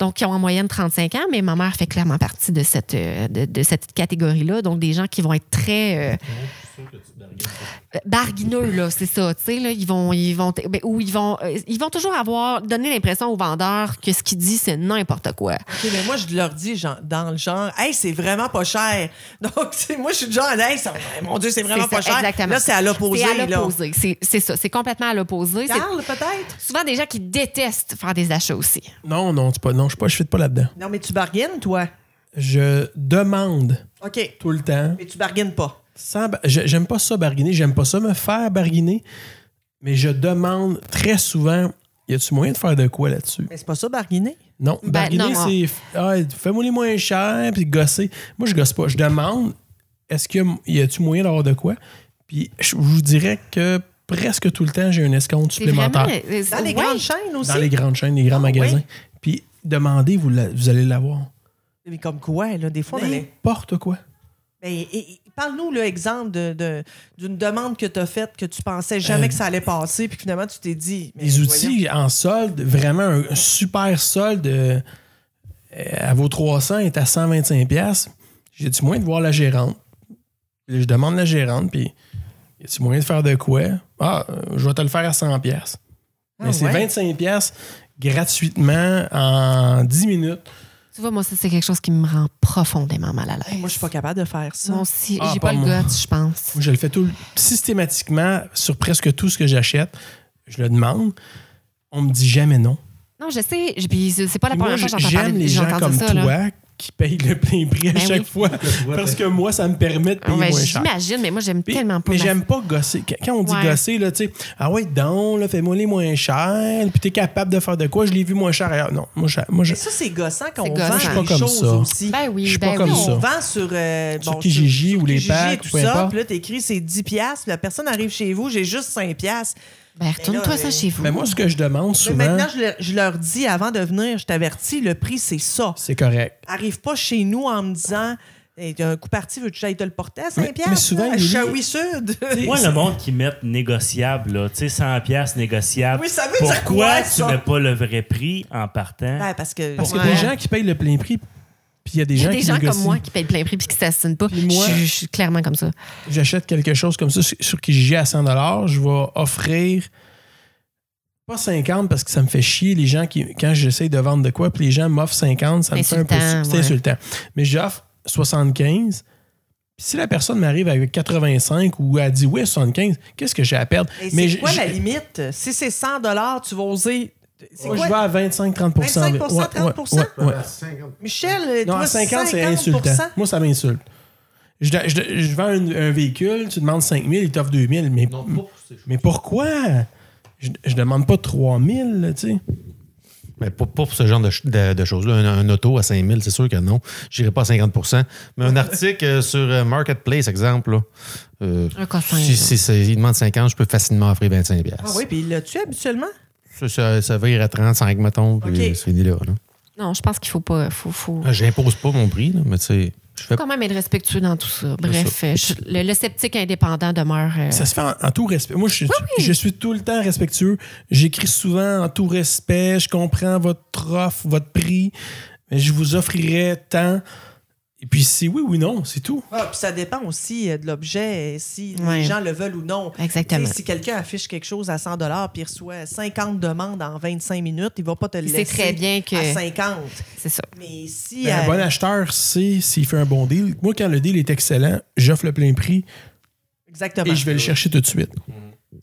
Speaker 3: Donc, qui ont en moyenne 35 ans, mais ma mère fait clairement partie de cette, euh, de, de cette catégorie-là. Donc, des gens qui vont être très. euh, euh, barguineux là c'est ça tu sais là ils vont ils vont ben, ou ils vont euh, ils vont toujours avoir donné l'impression au vendeur que ce qu'il dit c'est n'importe quoi
Speaker 1: Ok, mais moi, je leur dis genre, dans le genre, hey, c'est vraiment pas cher. Donc, c'est- moi, je suis du genre, hey, ça- mon Dieu, c'est vraiment
Speaker 3: C'est ça,
Speaker 1: pas cher.
Speaker 3: exactement.
Speaker 1: Là, c'est à l'opposé.
Speaker 3: c'est à
Speaker 1: là.
Speaker 3: l'opposé c'est c'est ça c'est complètement à l'opposé C'est-
Speaker 1: Carl, peut-être?
Speaker 3: souvent des gens qui détestent faire des achats aussi.
Speaker 5: Non, non, c'est pas, non, je suis pas, je fit pas là-dedans.
Speaker 1: Non, mais tu bargaines, toi.
Speaker 5: Je demande
Speaker 1: OK.
Speaker 5: tout le temps.
Speaker 1: Mais tu bargaines pas.
Speaker 5: Sans, ba- je- j'aime pas ça barguiner, j'aime pas ça me faire barguiner, mais je demande très souvent. Y a-tu moyen de faire de quoi là-dessus?
Speaker 1: Mais c'est pas ça, bargainer.
Speaker 5: Non,
Speaker 3: Ben,
Speaker 5: barguiner,
Speaker 3: non,
Speaker 5: c'est ah, fais-moi les moins chers, puis gosser. Moi, je gosse pas. Je demande est-ce qu'il y a- y a-tu moyen d'avoir de quoi? Puis je vous dirais que presque tout le temps, j'ai un escompte
Speaker 3: C'est vraiment.
Speaker 5: supplémentaire.
Speaker 3: euh,
Speaker 1: Dans les
Speaker 3: ouais.
Speaker 1: grandes chaînes aussi.
Speaker 5: Dans les grandes chaînes, les grands
Speaker 1: Ah,
Speaker 5: magasins.
Speaker 1: ouais.
Speaker 5: Puis demandez, vous, la- vous allez l'avoir.
Speaker 1: Mais comme quoi, là, des fois, on allait-
Speaker 5: N'importe quoi.
Speaker 1: Ben, et- et- Parle-nous l'exemple de, de- d'une demande que tu as faite, que tu pensais jamais que ça allait passer, puis que finalement, tu t'es dit. mais
Speaker 5: Les
Speaker 1: voyons.
Speaker 5: outils en solde, vraiment un un super solde euh, euh, à vos 300 est à 125$. piastres. J'ai du moyen de voir la gérante. Puis là, je demande la gérante, puis y a-tu moyen de faire de quoi? Ah, euh, je vais te le faire à 100$. piastres. Mais
Speaker 1: Ah,
Speaker 5: c'est
Speaker 1: ouais.
Speaker 5: 25$ piastres gratuitement en 10 minutes.
Speaker 3: Tu vois, moi, ça, c'est quelque chose qui me rend profondément mal à
Speaker 1: Hey,
Speaker 3: l'aise.
Speaker 1: moi, je suis pas capable de faire ça.
Speaker 3: Moi aussi,
Speaker 5: Ah,
Speaker 3: j'ai
Speaker 5: pas
Speaker 3: pas le
Speaker 5: moi.
Speaker 3: goût, je pense.
Speaker 5: Moi, je le fais tout systématiquement sur presque tout ce que j'achète. Je le demande. On me dit jamais non.
Speaker 3: Non, je sais, je- puis c'est c'est pas la
Speaker 5: Puis moi,
Speaker 3: première fois que j'entends parler
Speaker 5: J'aime les gens
Speaker 3: j'entends
Speaker 5: comme
Speaker 3: ça, là.
Speaker 5: toi qui payent le plein prix à
Speaker 3: Ben
Speaker 5: chaque
Speaker 3: oui.
Speaker 5: fois. Parce que moi, ça me permet de
Speaker 3: Ah,
Speaker 5: payer
Speaker 3: ben,
Speaker 5: moins cher.
Speaker 3: J'imagine, mais moi, j'aime
Speaker 5: Puis-
Speaker 3: tellement pas.
Speaker 5: mais
Speaker 3: ma-
Speaker 5: j'aime pas gosser. Quand- Quand on dit
Speaker 3: Ouais.
Speaker 5: gosser, là, tu sais, ah ouais, donc, là, fais-moi les moins chers, puis t'es capable de faire de quoi, je l'ai vu moins cher ailleurs. Non, moi, je, moi, je-
Speaker 1: Mais ça, c'est gossant quand
Speaker 3: C'est
Speaker 1: on
Speaker 3: gossant. Je suis
Speaker 1: vend
Speaker 5: pas
Speaker 1: des
Speaker 5: comme
Speaker 1: choses
Speaker 5: ça.
Speaker 1: aussi.
Speaker 3: Ben oui,
Speaker 5: je suis
Speaker 3: ben
Speaker 5: pas comme
Speaker 3: oui.
Speaker 1: on
Speaker 5: ça.
Speaker 1: vend sur, euh,
Speaker 5: Sur
Speaker 1: bon,
Speaker 5: Kijiji ou les
Speaker 1: Kijiji et
Speaker 5: packs,
Speaker 1: tout
Speaker 5: peu
Speaker 1: ça,
Speaker 5: importe.
Speaker 1: puis là, t'écris, c'est 10 piastres, puis la personne arrive chez vous, j'ai juste 5 piastres.
Speaker 3: Ben, retourne-toi
Speaker 1: Mais là,
Speaker 3: ça
Speaker 1: euh,
Speaker 3: chez vous.
Speaker 5: Mais moi, ce que je demande
Speaker 1: Mais
Speaker 5: souvent,
Speaker 1: maintenant, je, le- je leur dis avant de venir, je t'avertis, le prix, c'est ça.
Speaker 5: c'est correct.
Speaker 1: Arrive pas chez nous en me disant, hey, t'as un coup parti, veux-tu que j'aille te le porter à 5
Speaker 5: Mais-
Speaker 1: piastres?
Speaker 5: mais souvent,
Speaker 1: là, à
Speaker 5: Julie-
Speaker 1: Shawi Sud.
Speaker 2: Moi, le monde qui met négociable, là, tu sais, 100 piastres négociable.
Speaker 1: Oui, ça veut dire
Speaker 2: Pourquoi
Speaker 1: quoi, ça? Ben,
Speaker 2: tu mets pas le vrai prix en partant?
Speaker 1: Ouais, parce que.
Speaker 5: Parce que
Speaker 1: Ouais.
Speaker 5: des gens qui payent le plein prix Puis il y a des
Speaker 3: Il y
Speaker 5: gens
Speaker 3: a des
Speaker 5: qui
Speaker 3: gens comme
Speaker 5: négocient.
Speaker 3: moi qui payent plein prix puis qui s'assassinent pas.
Speaker 5: Puis moi-
Speaker 3: je, je suis clairement comme ça.
Speaker 5: j'achète quelque chose comme ça sur- sur Kijiji à 100 je vais offrir pas 50 parce que ça me fait chier les gens qui quand j'essaie de vendre de quoi puis les gens m'offrent 50, ça me fait un peu
Speaker 3: Insultant,
Speaker 5: c'est
Speaker 3: ouais.
Speaker 5: insultant. Mais j'offre 75. Puis si la personne m'arrive avec 85 ou elle dit oui 75, qu'est-ce que j'ai à perdre
Speaker 1: Et
Speaker 5: Mais
Speaker 1: c'est
Speaker 5: je-
Speaker 1: quoi
Speaker 5: je-
Speaker 1: la limite? Si c'est 100 tu vas oser. C'est
Speaker 5: moi,
Speaker 1: quoi?
Speaker 5: je vais à 25 30
Speaker 1: 25
Speaker 5: Ouais, ouais,
Speaker 1: 30
Speaker 5: ouais, ouais.
Speaker 6: À 50
Speaker 1: Michel,
Speaker 5: Non,
Speaker 1: toi,
Speaker 5: à 50, c'est insultant. Moi, ça m'insulte. Je, je- je vends un, un véhicule, tu demandes 5 000, il t'offre 2 000. Mais, mais pourquoi? Je, je demande pas 3 000, là, tu sais.
Speaker 4: Mais pas, pas pour ce genre de, ch- de- de choses-là. Un, un auto à 5000, c'est sûr que non. J'irai pas à 50 Mais un article euh, sur euh, Marketplace, exemple, là, euh,
Speaker 3: Un coffin.
Speaker 4: si, si- si il demande 50, je peux facilement offrir 25 piastres.
Speaker 1: Ah oui, puis il l'a-tu habituellement?
Speaker 4: ça, ça, ça vire à 35, mettons, puis
Speaker 1: Ok.
Speaker 4: c'est fini là. là.
Speaker 3: Non, je pense qu'il faut pas. Faut, faut...
Speaker 5: Euh,
Speaker 4: Ah, J'impose pas mon prix, là, mais tu sais, je fais
Speaker 3: quand même être respectueux dans tout ça. Bref, euh, je- le, le sceptique indépendant demeure. euh,
Speaker 5: Ça se fait en, en tout respect. Moi, je, suis-
Speaker 3: oui.
Speaker 5: je suis tout le temps respectueux. J'écris souvent en tout respect. Je comprends votre offre, votre prix. Mais je vous offrirai tant. Et puis, c'est oui ou non, c'est tout.
Speaker 1: Ah, puis ça dépend aussi euh, de l'objet, et si
Speaker 3: Ouais.
Speaker 1: les gens le veulent ou non.
Speaker 3: Exactement.
Speaker 1: Tu sais, Si quelqu'un affiche quelque chose à 100 puis il reçoit 50 demandes en 25 minutes, il va pas te le
Speaker 3: Il
Speaker 1: laisser
Speaker 3: sait très bien que-
Speaker 1: à 50.
Speaker 3: C'est ça.
Speaker 1: Mais si...
Speaker 5: Ben, un
Speaker 1: euh,
Speaker 5: bon acheteur sait s'il fait un bon deal. Moi, quand le deal est excellent, j'offre le plein prix
Speaker 1: Exactement.
Speaker 5: et je vais le chercher tout de suite.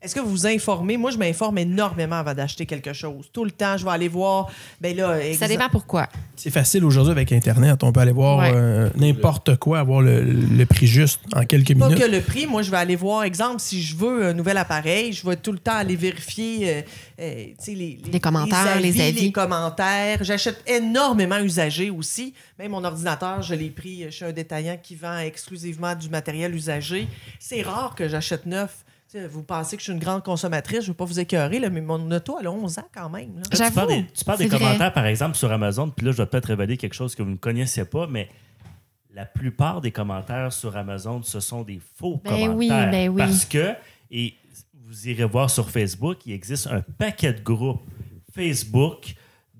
Speaker 1: Est-ce que vous vous informez? Moi, je m'informe énormément avant d'acheter quelque chose. Tout le temps, je vais aller voir. Ben là,
Speaker 3: Ça
Speaker 1: exa-
Speaker 3: dépend pourquoi.
Speaker 5: C'est facile aujourd'hui avec Internet. On peut aller voir
Speaker 3: Ouais.
Speaker 5: euh, n'importe quoi, avoir le, le prix juste en quelques
Speaker 1: Pas
Speaker 5: minutes.
Speaker 1: que le prix, moi je vais aller voir, exemple, si je veux un nouvel appareil, je vais tout le temps aller vérifier euh, euh, tu sais, les,
Speaker 3: Les commentaires, les avis.
Speaker 1: Les commentaires. J'achète énormément usagé aussi. Même mon ordinateur, je l'ai pris chez un détaillant qui vend exclusivement du matériel usagé. C'est rare que j'achète neuf. Tu sais, Vous pensez que je suis une grande consommatrice, je ne veux pas vous écœurer, là, mais mon auto, elle a 11 ans quand même. là.
Speaker 2: Tu
Speaker 3: J'avoue.
Speaker 2: parles des, tu parles des
Speaker 3: c'est vrai.
Speaker 2: commentaires, par exemple, sur Amazon, puis là, je vais peut-être révéler quelque chose que vous ne connaissiez pas, mais la plupart des commentaires sur Amazon, ce sont des faux
Speaker 3: Ben
Speaker 2: commentaires.
Speaker 3: oui, ben oui.
Speaker 2: Parce que, et vous irez voir sur Facebook, il existe un paquet de groupes Facebook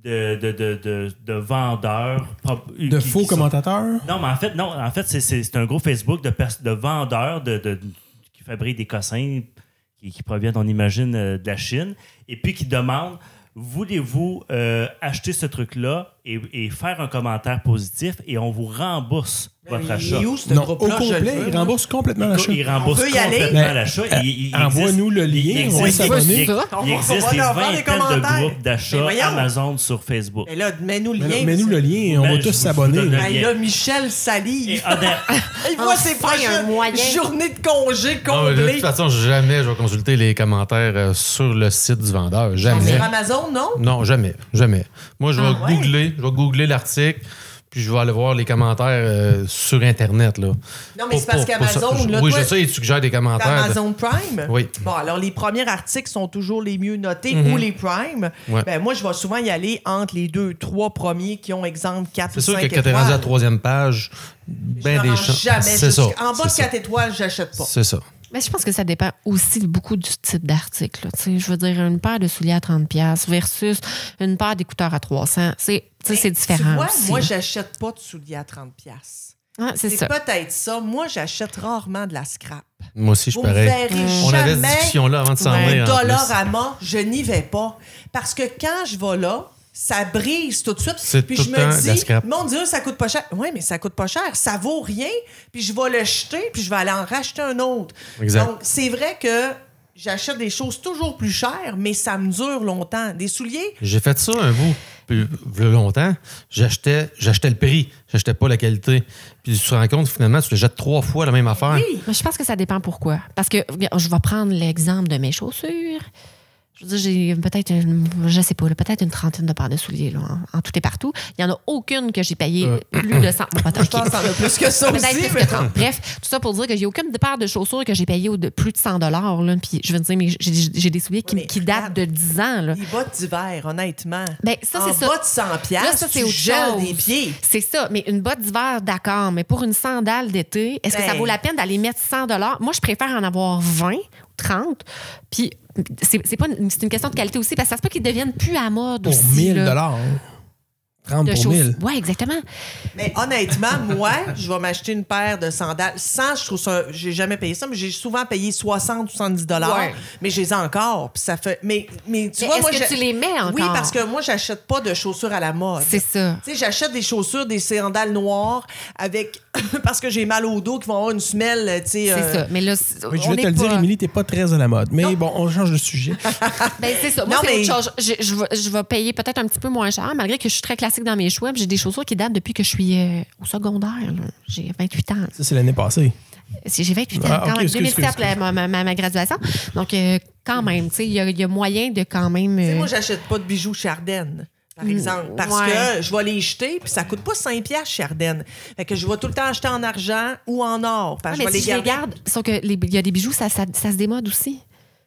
Speaker 2: de, de, de, de, de vendeurs. pop-
Speaker 5: De
Speaker 2: qui-
Speaker 5: faux
Speaker 2: qui sont-
Speaker 5: commentateurs.
Speaker 2: Non, mais en fait, non, en fait, c'est- c'est c'est un groupe Facebook de, pers- de vendeurs de, de- qui fabriquent des cossins qui, qui proviennent, on imagine, euh, de la Chine, et puis qui demandent voulez-vous euh, acheter ce truc-là et, et faire un commentaire positif et on vous rembourse votre
Speaker 1: Mais
Speaker 2: achat.
Speaker 1: Il est où ce
Speaker 5: Non, au
Speaker 1: groupe-là? Je le
Speaker 5: complet,
Speaker 1: veux,
Speaker 5: ils
Speaker 1: là.
Speaker 5: remboursent complètement l'achat.
Speaker 2: Ils remboursent
Speaker 1: On peut y aller?
Speaker 2: complètement
Speaker 5: Mais,
Speaker 2: l'achat.
Speaker 5: euh,
Speaker 2: Il- il- il
Speaker 5: envoie-nous
Speaker 2: existe-
Speaker 5: le lien,
Speaker 2: il existe-
Speaker 5: on va s'abonner.
Speaker 2: il existe- Il
Speaker 1: On
Speaker 2: existe
Speaker 1: va
Speaker 2: des
Speaker 1: leur faire des
Speaker 2: vingtaines de
Speaker 1: commentaires.
Speaker 2: groupes
Speaker 1: Mais
Speaker 2: d'achat
Speaker 1: voyons.
Speaker 2: Amazon sur Facebook.
Speaker 1: Mais là, mets-nous le
Speaker 5: Mais
Speaker 1: lien.
Speaker 5: non, Mets-nous le
Speaker 1: monsieur.
Speaker 5: lien,
Speaker 2: Ben,
Speaker 5: on va
Speaker 2: je vous-
Speaker 5: tous
Speaker 2: je vous donne le
Speaker 5: s'abonner.
Speaker 1: Hey, là, Michel
Speaker 2: Et
Speaker 1: salive.
Speaker 4: ah, ben,
Speaker 2: honnêtement-
Speaker 1: Il voit ses
Speaker 3: Enfin, un
Speaker 1: prochaines
Speaker 3: moyen.
Speaker 1: journées de congé
Speaker 4: Non, mais de toute
Speaker 1: comblées.
Speaker 4: façon, jamais je vais consulter les commentaires euh, sur le site du vendeur. Jamais.
Speaker 1: Sur Ah, Amazon, non?
Speaker 4: Non, jamais. Jamais. Moi, je vais
Speaker 1: Ah, ouais?
Speaker 4: googler. Je vais googler l'article. Puis je vais aller voir les commentaires euh, sur Internet. Là.
Speaker 1: Non, mais
Speaker 4: Pour-
Speaker 1: c'est parce
Speaker 4: pour- pour ça.
Speaker 1: qu'Amazon, là,
Speaker 4: Oui,
Speaker 1: toi-
Speaker 4: je sais, ils suggèrent des commentaires. de-
Speaker 1: Amazon Prime?
Speaker 4: Oui. Mm-hmm.
Speaker 1: Bon, alors les premiers articles sont toujours les mieux notés ou les Prime.
Speaker 4: Ouais.
Speaker 1: Ben, moi, je vais souvent y aller entre les deux, trois premiers qui ont exemple 4 ou
Speaker 4: C'est
Speaker 1: 5
Speaker 4: sûr que
Speaker 1: étoiles.
Speaker 4: quand t'es rendu à la troisième page, ben
Speaker 1: Je me
Speaker 4: des
Speaker 1: rends
Speaker 4: chances.
Speaker 1: jamais
Speaker 4: C'est ça.
Speaker 1: jusqu'- En bas de
Speaker 4: C'est ça.
Speaker 1: 4 étoiles, j'achète pas.
Speaker 4: C'est ça.
Speaker 3: Mais je pense que ça dépend aussi beaucoup du type d'article. là. Tu sais, Je veux dire, une paire de souliers à 30$ versus une paire d'écouteurs à 300$. C'est tu sais, c'est
Speaker 1: Tu
Speaker 3: différent.
Speaker 1: vois,
Speaker 3: aussi,
Speaker 1: moi,
Speaker 3: là.
Speaker 1: j'achète pas de souliers à 30 pièces.
Speaker 3: Ouais, c'est
Speaker 1: C'est
Speaker 3: ça.
Speaker 1: peut-être ça. Moi, j'achète rarement de la scrap.
Speaker 4: Moi aussi, je
Speaker 1: Vous
Speaker 4: suis
Speaker 1: me
Speaker 4: pareil.
Speaker 1: verrez
Speaker 3: Mm.
Speaker 4: On avait cette
Speaker 1: jamais
Speaker 4: discussion-là avant de s'en
Speaker 3: Ouais.
Speaker 4: aller.
Speaker 1: un dollar à mort, je n'y vais pas. Parce que quand je vais là, ça brise tout de
Speaker 4: C'est
Speaker 1: suite. Puis
Speaker 4: tout
Speaker 1: je
Speaker 4: le temps de la
Speaker 1: me dis,
Speaker 4: scrap.
Speaker 1: mon Dieu, ça coûte pas cher. Oui, mais ça coûte pas cher. Ça vaut rien. Puis je vais le jeter, puis je vais aller en racheter un autre.
Speaker 4: Exact.
Speaker 1: Donc, c'est vrai que j'achète des choses toujours plus chères, mais ça me dure longtemps. Des souliers,
Speaker 4: J'ai fait ça un bout, puis le longtemps, j'achetais, j'achetais le prix, j'achetais pas la qualité. Puis tu te rends compte, finalement, tu le jettes trois fois la même affaire.
Speaker 1: oui.
Speaker 3: Mais je pense que ça dépend pourquoi. Parce que regarde, je vais prendre l'exemple de mes chaussures. Je veux dire, j'ai peut-être, une- je sais pas, là, peut-être une trentaine de paires de souliers là, en, en tout et partout. Il n'y en a aucune que j'ai payé plus de 100. Bon, attends,
Speaker 1: Euh. je pense
Speaker 3: ok.
Speaker 1: que t'en as plus que ça aussi.
Speaker 3: Peut-être plus
Speaker 1: mais-
Speaker 3: que 30. Bref, tout ça pour dire que j'ai aucune paire de chaussures que j'ai payé au de plus de 100 dollars. Puis je veux dire, mais j'ai, j'ai des souliers qui,
Speaker 1: Ouais, mais
Speaker 3: qui datent de 10 ans. Là.
Speaker 1: Les bottes d'hiver, honnêtement.
Speaker 3: Ben, ça,
Speaker 1: en
Speaker 3: c'est ça.
Speaker 1: bas de 100
Speaker 3: Là,
Speaker 1: piastres,
Speaker 3: ça,
Speaker 1: tu
Speaker 3: c'est autre
Speaker 1: gèles
Speaker 3: chose.
Speaker 1: des pieds.
Speaker 3: C'est ça, mais une botte d'hiver, d'accord, mais pour une sandale d'été, est-ce que ça
Speaker 1: Ben.
Speaker 3: vaut la peine d'aller mettre 100 dollars? Moi, je préfère en avoir 20 ou 30. Puis c'est c'est pas une, c'est une question de qualité aussi, parce que ça se peut qu'ils deviennent plus à mode
Speaker 5: Pour
Speaker 3: aussi.
Speaker 5: 1000
Speaker 3: là.
Speaker 5: dollars. 30
Speaker 3: de
Speaker 5: pour
Speaker 3: chaussettes.
Speaker 5: 1000.
Speaker 3: Oui, exactement.
Speaker 1: Mais honnêtement, moi, je vais m'acheter une paire de sandales. 100, je trouve ça, j'ai jamais payé ça, mais j'ai souvent payé 60 ou 70 dollars,
Speaker 3: Ouais.
Speaker 1: mais je les ai encore, puis ça fait mais mais tu
Speaker 3: Mais
Speaker 1: vois
Speaker 3: est-ce
Speaker 1: moi
Speaker 3: que
Speaker 1: j'a-
Speaker 3: tu les mets
Speaker 1: Oui,
Speaker 3: encore?
Speaker 1: parce que moi j'achète pas de chaussures à la mode.
Speaker 3: C'est ça.
Speaker 1: Tu sais, j'achète des chaussures, des sandales noires avec parce que j'ai mal au dos qui vont avoir une semelle, tu sais.
Speaker 3: C'est
Speaker 1: euh,
Speaker 3: ça. Mais là, c'est-
Speaker 5: Oui, je
Speaker 3: on
Speaker 5: voulais te
Speaker 3: est
Speaker 5: le
Speaker 3: pas-
Speaker 5: dire, Émilie, t'es pas très à la mode. Mais bon, on change de sujet.
Speaker 3: Ben, c'est ça. Moi,
Speaker 1: Non,
Speaker 3: c'est
Speaker 1: mais-
Speaker 3: autre chose. Je, je vais- je vais payer peut-être un petit peu moins cher, malgré que je suis très classique dans mes choix. puis J'ai des chaussures qui datent depuis que je suis euh, au secondaire. là. J'ai 28 ans.
Speaker 5: Ça, c'est l'année passée.
Speaker 3: Si J'ai 28 ans
Speaker 5: Ah,
Speaker 3: quand
Speaker 5: ok,
Speaker 3: même.
Speaker 5: excuse,
Speaker 3: 2007,
Speaker 5: excuse, excuse.
Speaker 3: la- ma, ma- ma graduation. Donc, euh, quand même, tu sais, il y, a- il y a moyen de quand même...
Speaker 1: Tu sais,
Speaker 3: euh,
Speaker 1: moi, j'achète pas de bijoux chez Ardenne, par exemple, parce
Speaker 3: Mm. ouais.
Speaker 1: que je vais les jeter, puis ça coûte pas 5 piastres chez Ardenne. Fait que je vais tout le temps acheter en argent ou en or,
Speaker 3: ah,
Speaker 1: parce que
Speaker 3: mais
Speaker 1: je vais
Speaker 3: si je
Speaker 1: les
Speaker 3: les
Speaker 1: garder.
Speaker 3: garde, sauf que les- il y a des bijoux, ça, ça, ça se démode aussi.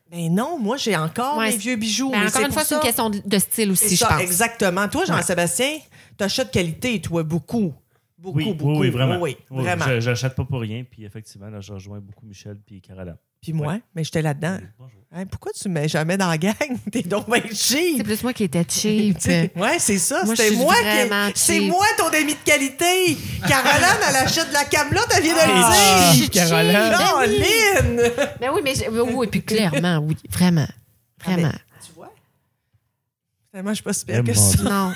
Speaker 1: Mais Ben non, moi, j'ai encore
Speaker 3: Ouais,
Speaker 1: mes
Speaker 3: c'est-
Speaker 1: vieux bijoux.
Speaker 3: Ben,
Speaker 1: mais
Speaker 3: encore une
Speaker 1: pour
Speaker 3: fois, c'est
Speaker 1: ça.
Speaker 3: une question de- de style
Speaker 1: C'est
Speaker 3: aussi, je
Speaker 1: ça,
Speaker 3: pense.
Speaker 1: exactement. Toi, Jean-Sébastien, t'achètes qualité, toi, beaucoup. Beaucoup,
Speaker 2: Oui, oui,
Speaker 1: beaucoup.
Speaker 2: oui, vraiment.
Speaker 1: Oui,
Speaker 2: Oui,
Speaker 1: vraiment.
Speaker 2: je- J'achète pas pour rien. Puis effectivement, là, je rejoins beaucoup Michel puis Carolin.
Speaker 1: Puis moi,
Speaker 2: Ouais.
Speaker 1: mais j'étais là-dedans.
Speaker 2: Bonjour.
Speaker 1: Hein, pourquoi tu me mets jamais dans la gang? T'es donc bien
Speaker 3: C'est
Speaker 1: cheap.
Speaker 3: plus moi qui étais cheap.
Speaker 1: T'sais, Ouais, c'est ça.
Speaker 3: Moi, je
Speaker 1: C'était
Speaker 3: suis
Speaker 1: moi,
Speaker 3: vraiment
Speaker 1: qui. C'est
Speaker 3: cheap.
Speaker 1: moi ton ami de qualité. Caroline, elle achète de la camelote, elle vient de le dire.
Speaker 5: Ah,
Speaker 3: Je suis
Speaker 5: Caroline.
Speaker 3: cheap. Ben
Speaker 1: Non,
Speaker 3: oui.
Speaker 1: Lynn!
Speaker 3: Ben oui, mais je- oui, oui, puis clairement, oui, vraiment. Vraiment.
Speaker 1: Ah, mais, tu vois? Finalement, je suis pas si pire que
Speaker 2: Eh,
Speaker 1: ça.
Speaker 2: mon Dieu.
Speaker 3: Non.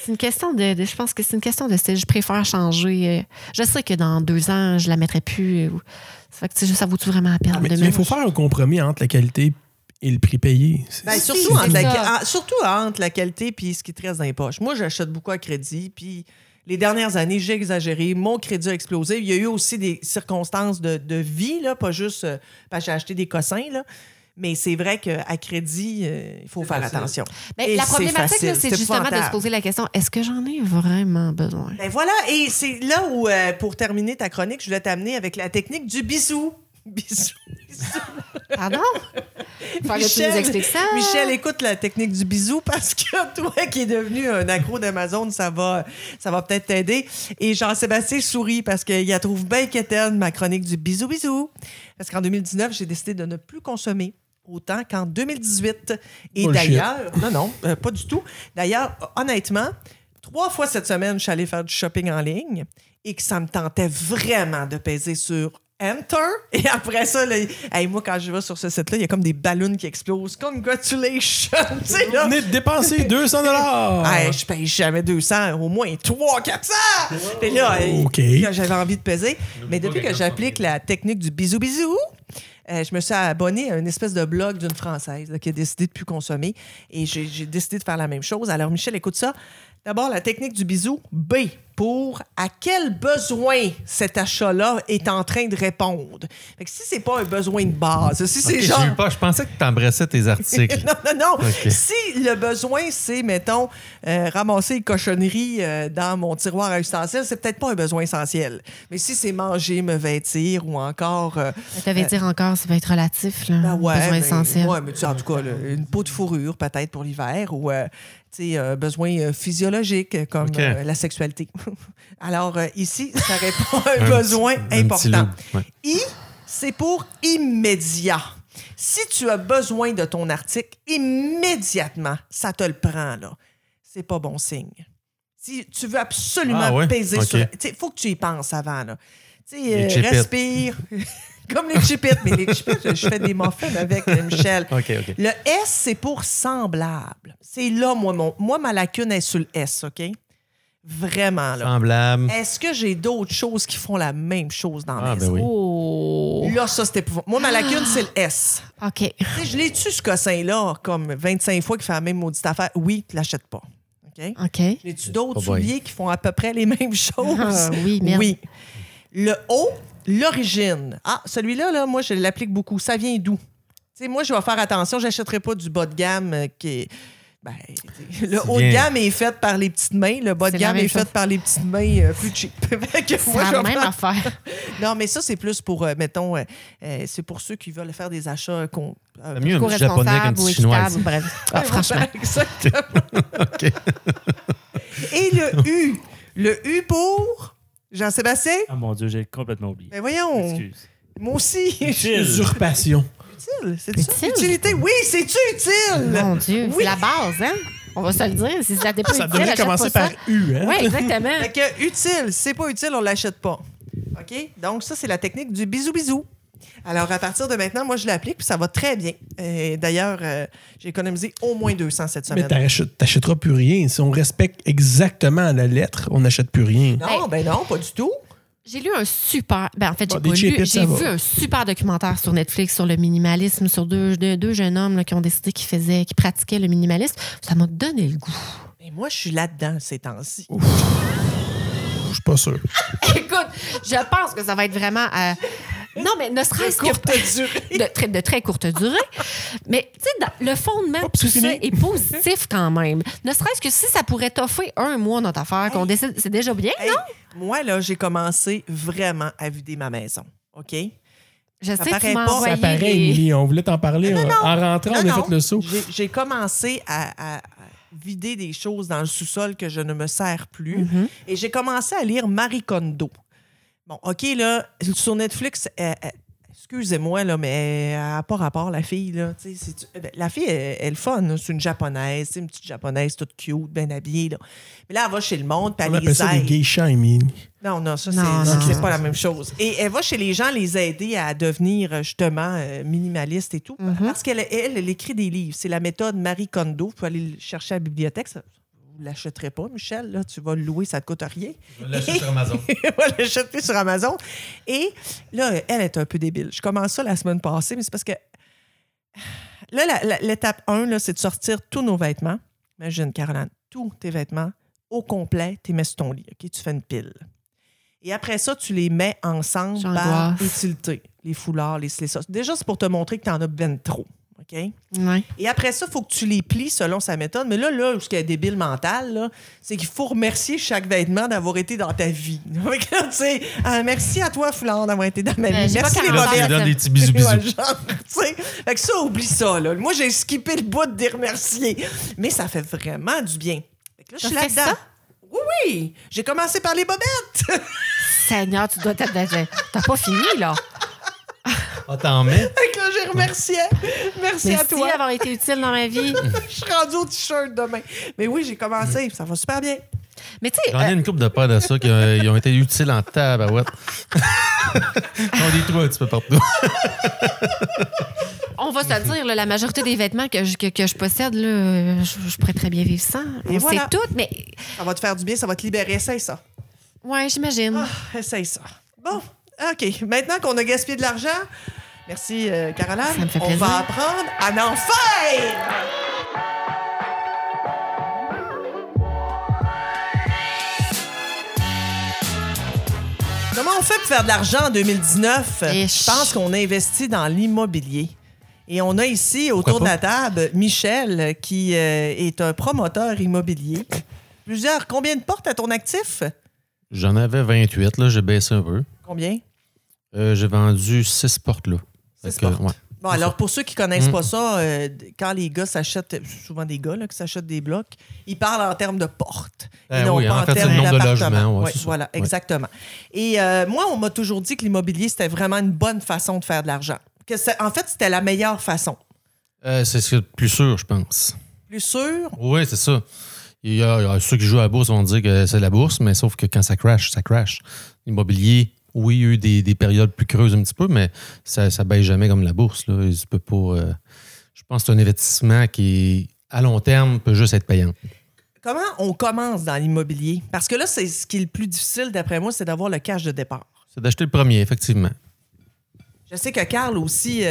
Speaker 3: C'est une question de, de- Je pense que c'est une question de style. Je préfère changer. euh, Je sais que dans deux ans, je la mettrai plus. euh, ou- Ça fait que tu sais, ça vaut-tu vraiment la peine
Speaker 1: Ah,
Speaker 5: Mais
Speaker 3: de
Speaker 5: il
Speaker 3: mettre-
Speaker 5: faut faire un compromis entre la qualité et le prix payé. C'est-
Speaker 1: Ben,
Speaker 3: Si,
Speaker 1: surtout,
Speaker 3: c'est
Speaker 1: entre
Speaker 3: ça.
Speaker 1: la, en- surtout entre la qualité puis ce qui te reste dans les poches. Moi, j'achète beaucoup à crédit, puis les dernières années, j'ai exagéré. Mon crédit a explosé. Il y a eu aussi des circonstances de, de vie, là, pas juste euh, parce que j'ai acheté des cossins. Là. Mais c'est vrai qu'à crédit, euh, il faut faire attention.
Speaker 3: Ben,
Speaker 1: Et
Speaker 3: la
Speaker 1: c'est
Speaker 3: problématique,
Speaker 1: facile,
Speaker 3: là, c'est justement de
Speaker 1: épouvantable.
Speaker 3: se poser la question est-ce que j'en ai vraiment besoin
Speaker 1: Ben voilà, et c'est là où, euh, pour terminer ta chronique, je voulais t'amener avec la technique du bisou. Bisou.
Speaker 3: Pardon Faudrait que tu
Speaker 1: Michel,
Speaker 3: nous expliques ça.
Speaker 1: Michel, écoute la technique du bisou parce que toi qui es devenu un accro d'Amazon, ça va, ça va peut-être t'aider. Et Jean-Sébastien sourit parce qu'il la trouve bien quétaine, ma chronique du bisou bisou. Parce qu'en 2019, j'ai décidé de ne plus consommer autant qu'en 2018. Et
Speaker 5: Bullshit.
Speaker 1: d'ailleurs, non, non, euh, pas du tout. D'ailleurs, honnêtement, trois fois cette semaine, je suis allée faire du shopping en ligne et que ça me tentait vraiment de peser sur Enter. Et après ça, là, hey, moi, quand je vais sur ce site-là, il y a comme des ballons qui explosent. Congratulations! Tu sais, là.
Speaker 5: Venez de dépenser 200 dollars.
Speaker 1: Hey, je paye jamais 200, au moins 300, 400! Et là, hey,
Speaker 5: OK.
Speaker 1: là, j'avais envie de peser. Mais depuis que j'applique la technique du bisou-bisou, euh, je me suis abonnée à une espèce de blog d'une Française là, qui a décidé de plus consommer. Et j'ai j'ai décidé de faire la même chose. Alors, Michel, écoute ça. D'abord, la technique du bisou, B, pour à quel besoin cet achat-là est en train de répondre. Fait que si c'est pas un besoin de base, si c'est
Speaker 4: Ok,
Speaker 1: genre...
Speaker 4: Ah, j'ai eu peur. Je pensais que t'embrassais tes articles.
Speaker 1: Non, non, non.
Speaker 4: Ok.
Speaker 1: Si le besoin, c'est, mettons, euh, ramasser les cochonneries euh, dans mon tiroir à ustensiles, c'est peut-être pas un besoin essentiel. Mais si c'est manger, me vêtir ou encore. euh,
Speaker 3: Tu vais dire encore, ça va être relatif, là.
Speaker 1: ben ouais,
Speaker 3: Ah, besoin
Speaker 1: mais-
Speaker 3: essentiel.
Speaker 1: ouais, mais tu sais, en tout cas, là, une peau de fourrure peut-être pour l'hiver ou euh, tu sais, un besoin euh, physiologique euh, comme
Speaker 4: Ok.
Speaker 1: euh, la sexualité. Alors euh, ici, ça répond à un,
Speaker 4: Un
Speaker 1: besoin
Speaker 4: petit- un petit
Speaker 1: important.
Speaker 4: loup, ouais.
Speaker 1: I, c'est pour immédiat. Si tu as besoin de ton article immédiatement, ça te le prend, là. C'est pas bon signe. Si tu veux absolument
Speaker 4: Ah ouais?
Speaker 1: peser
Speaker 4: Ok.
Speaker 1: sur. Il faut que tu y penses avant, là. Tu sais,
Speaker 4: Les
Speaker 1: euh,
Speaker 4: chipettes.
Speaker 1: respire. Comme les chipettes. Mais les chipettes, je fais des muffins avec euh, Michel.
Speaker 4: OK, OK.
Speaker 1: Le S, c'est pour semblable. C'est là, moi, mon, moi, ma lacune est sur le S, OK? Vraiment, là.
Speaker 4: Semblable.
Speaker 1: Est-ce que j'ai d'autres choses qui font la même chose dans
Speaker 4: Ah,
Speaker 1: le
Speaker 4: ben
Speaker 1: S?
Speaker 4: oui.
Speaker 3: Oh.
Speaker 1: Là, ça, c'était pour Moi, ma lacune, c'est
Speaker 3: Ah!
Speaker 1: le S.
Speaker 3: OK.
Speaker 1: Tu sais, je l'ai tu ce cossin-là, comme 25 fois, qui fait la même maudite affaire. Oui, tu l'achètes pas. OK?
Speaker 3: OK.
Speaker 1: J'ai-tu d'autres
Speaker 4: Oh boy.
Speaker 1: souliers qui font à peu près les mêmes choses?
Speaker 3: Ah. Ah, oui, merde.
Speaker 1: Oui. Le haut, l'origine. Ah, celui-là, là, moi, je l'applique beaucoup. Ça vient d'où? Tu sais, moi, je vais faire attention. J'achèterai pas du bas de gamme euh, qui est. Ben, tu sais, le haut de
Speaker 4: bien.
Speaker 1: gamme est fait par les petites mains. Le bas de
Speaker 3: C'est la
Speaker 1: gamme
Speaker 3: même
Speaker 1: est fait
Speaker 3: chose.
Speaker 1: par les petites mains euh, plus cheap. Fait que
Speaker 3: C'est
Speaker 1: moi, je
Speaker 3: la
Speaker 1: vais
Speaker 3: même
Speaker 1: prendre-
Speaker 3: affaire.
Speaker 1: Non, mais ça, c'est plus pour, euh, mettons, euh, euh, c'est pour ceux qui veulent faire des achats euh, qu'on- euh,
Speaker 4: T'as mieux un petit japonais qu'un
Speaker 3: Co-responsable ou
Speaker 4: petit chinois.
Speaker 3: équitable. ou Bref. Ah, franchement.
Speaker 1: Exactement. Et le U. Le U pour Jean-Sébastien?
Speaker 2: Ah mon Dieu, j'ai complètement oublié.
Speaker 1: Ben voyons,
Speaker 2: Excuse.
Speaker 1: moi aussi.
Speaker 2: Utile.
Speaker 5: Usurpation.
Speaker 1: utile, c'est ça?
Speaker 3: Utile.
Speaker 1: Utilité, oui, c'est-tu utile?
Speaker 3: Mon Dieu,
Speaker 1: Oui.
Speaker 3: c'est la base, hein? On va se le dire. Si ça dépend
Speaker 5: Ça devrait commencer par U, hein?
Speaker 3: Oui, exactement.
Speaker 1: Fait que utile, c'est pas utile, on l'achète pas. OK? Donc, ça, c'est la technique du bisou-bisou. Alors, à partir de maintenant, moi, je l'applique, puis ça va très bien. Et D'ailleurs, euh, j'ai économisé au moins 200 cette
Speaker 5: Mais
Speaker 1: semaine.
Speaker 5: t'achètes- t'achèteras plus rien. Si on respecte exactement la lettre, on n'achète plus rien.
Speaker 1: non, ben non, pas du tout.
Speaker 3: J'ai lu un super. Ben, en fait, j'ai
Speaker 5: Bon, des
Speaker 3: pas lu.
Speaker 5: cheap-its, ça
Speaker 3: J'ai
Speaker 5: va.
Speaker 3: vu un super documentaire sur Netflix sur le minimalisme, sur deux, deux, deux jeunes hommes là, qui ont décidé qu'ils faisaient, qui pratiquaient le minimalisme. Ça m'a donné le goût.
Speaker 1: Mais moi, je suis là-dedans ces temps-ci.
Speaker 5: Je suis pas sûr.
Speaker 3: Écoute, je pense que ça va être vraiment. euh, Non, mais ne serait-ce que.
Speaker 1: courte durée.
Speaker 3: De, très- de très courte durée. Mais, tu sais, dans- le fondement de
Speaker 5: Oups,
Speaker 3: tout
Speaker 5: c'est
Speaker 3: ça
Speaker 5: fini.
Speaker 3: est positif quand même. Ne serait-ce que si ça pourrait t'offrir un mois notre affaire, qu'on décide. C'est déjà bien,
Speaker 1: Hey,
Speaker 3: non?
Speaker 1: moi, là, j'ai commencé vraiment à vider ma maison. OK?
Speaker 3: Je
Speaker 1: ça
Speaker 3: sais que
Speaker 1: paraît
Speaker 3: tu m'as
Speaker 1: pas.
Speaker 5: Ça
Speaker 3: envoyé
Speaker 5: paraît,
Speaker 3: des-
Speaker 5: Émilie, on voulait t'en parler.
Speaker 1: Ah, Non,
Speaker 5: hein.
Speaker 1: non.
Speaker 5: En rentrant,
Speaker 1: Non,
Speaker 5: on a
Speaker 1: non.
Speaker 5: fait le saut.
Speaker 1: J'ai- J'ai commencé à, à- à vider des choses dans le sous-sol que je ne me sers plus.
Speaker 5: Mm-hmm.
Speaker 1: Et j'ai commencé à lire Marie Kondo. Bon, OK, là, sur Netflix, euh, euh, excusez-moi, là, mais euh, à pas rapport, la fille, là, tu sais, c'est- euh, ben, la fille, elle, elle est fun, là. c'est une japonaise, c'est une petite japonaise toute cute, bien habillée, là. Mais là, elle va chez le monde, puis
Speaker 5: On
Speaker 1: elle
Speaker 5: appelle
Speaker 1: les
Speaker 5: ça des
Speaker 1: aide.
Speaker 5: geishas, Émilie.
Speaker 1: Non, non, ça,
Speaker 3: Non,
Speaker 1: c'est-
Speaker 3: non,
Speaker 1: c'est
Speaker 3: non.
Speaker 1: pas la même chose. Et elle va chez les gens les aider à devenir euh, justement euh, minimaliste et tout.
Speaker 3: Mm-hmm.
Speaker 1: Parce qu'elle elle, elle écrit des livres. C'est la méthode Marie Kondo. Vous pouvez aller le chercher à la bibliothèque. Ça, vous ne l'achèterez pas, Michel. Là, tu vas le louer, ça ne te coûte rien. Et-
Speaker 4: Amazon.
Speaker 1: on l'a acheté sur Amazon. Et là, elle est un peu débile. Je commence ça la semaine passée, mais c'est parce que là, la- la- l'étape 1, là, c'est de sortir tous nos vêtements. Imagine, Caroline, tous tes vêtements au complet, tu les mets sur ton lit. OK? Tu fais une pile. Et après ça, tu les mets ensemble par
Speaker 3: J'angoisse.
Speaker 1: utilité. Les foulards, les slessas. Déjà, c'est pour te montrer que tu en as ben trop. OK?
Speaker 3: Ouais.
Speaker 1: Et après ça, il faut que tu les plies selon sa méthode. Mais là, là, ce qui est débile mental, là, c'est qu'il faut remercier chaque vêtement d'avoir été dans ta vie. Fait que là, tu sais, ah, merci à toi, Foulard, d'avoir été dans ma
Speaker 3: Euh,
Speaker 1: vie.
Speaker 3: j'ai
Speaker 1: Merci
Speaker 3: pas
Speaker 1: les
Speaker 3: 40
Speaker 1: bobettes.
Speaker 3: ans.
Speaker 4: donne des petits bisous bisous.
Speaker 1: Ouais, genre, tu sais. Fait que ça, oublie ça. Là. Moi, j'ai skippé le bout de des remercier. Mais ça fait vraiment du bien. Fait que là, je suis
Speaker 3: T'as fait
Speaker 1: là-dedans.
Speaker 3: ça?
Speaker 1: Oui, oui. J'ai commencé par les bobettes.
Speaker 3: Seigneur, tu dois t'être. T'as pas fini, là.
Speaker 4: Ah, t'en mets?
Speaker 1: fait que là, j'ai remercié. Merci, à
Speaker 3: Merci
Speaker 1: toi.
Speaker 3: d'avoir été utile dans ma vie.
Speaker 1: Je suis rendue au t-shirt demain. Mais oui, j'ai commencé. Ça va super bien.
Speaker 3: Mais tu sais, euh,
Speaker 4: J'en ai une coupe de paires de ça qui euh, ils ont été utiles en tabarouette. Ils ont des trous un petit peu partout.
Speaker 3: euh, on va se le dire, là, la majorité des vêtements que je, que, que je possède, là, euh, je, je pourrais très bien vivre sans.
Speaker 1: Et
Speaker 3: on
Speaker 1: voilà.
Speaker 3: sait tout, mais
Speaker 1: Ça va te faire du bien, ça va te libérer. Essaye ça.
Speaker 3: ouais, j'imagine.
Speaker 1: Ah, essaye ça. Bon, OK. Maintenant qu'on a gaspillé de l'argent, merci, euh, Caroline.
Speaker 3: Ça me fait
Speaker 1: On
Speaker 3: plaisir.
Speaker 1: va apprendre à en faire! Comment on fait pour faire de l'argent en 2019?
Speaker 3: Ish.
Speaker 1: Je pense qu'on a investi dans l'immobilier. Et on a ici, autour de
Speaker 4: Pourquoi
Speaker 1: la table, Michel, qui euh, est un promoteur immobilier. Plusieurs. Combien de portes à ton actif?
Speaker 4: J'en avais 28, là, j'ai baissé un peu.
Speaker 1: Combien?
Speaker 4: Euh, j'ai vendu 6 portes, là. Fait
Speaker 1: Six
Speaker 4: que,
Speaker 1: portes.
Speaker 4: ouais.
Speaker 1: Bon, alors pour ceux qui connaissent
Speaker 4: Mm.
Speaker 1: pas ça, euh, d- quand les gars s'achètent, c'est souvent des gars là, qui s'achètent des blocs, ils parlent en termes de portes.
Speaker 4: Ben
Speaker 1: et non
Speaker 4: oui,
Speaker 1: pas
Speaker 4: en
Speaker 1: en
Speaker 4: fait, c'est
Speaker 1: termes
Speaker 4: le nombre de
Speaker 1: d'appartements.
Speaker 4: logements, ouais,
Speaker 1: Ouais,
Speaker 4: c'est ça.
Speaker 1: voilà,
Speaker 4: Ouais.
Speaker 1: exactement. Et euh, moi, on m'a toujours dit que l'immobilier, c'était vraiment une bonne façon de faire de l'argent. Que c'est- en fait, c'était la meilleure façon.
Speaker 4: Euh, c'est ce qui est le plus sûr, je pense.
Speaker 1: Plus sûr,
Speaker 4: Oui, c'est ça. Il y a, il y a ceux qui jouent à la bourse vont dire que c'est la bourse, mais sauf que quand ça crash, ça crash. L'immobilier, oui, il y a eu des, des périodes plus creuses un petit peu, mais ça ne baisse jamais comme la bourse. Là. Tu peux pas, euh, je pense que c'est un investissement qui, à long terme, peut juste être payant.
Speaker 1: comment on commence dans l'immobilier? Parce que là, c'est ce qui est le plus difficile, d'après moi, c'est d'avoir le cash de départ.
Speaker 4: C'est d'acheter le premier, effectivement.
Speaker 1: Je sais que Carl aussi,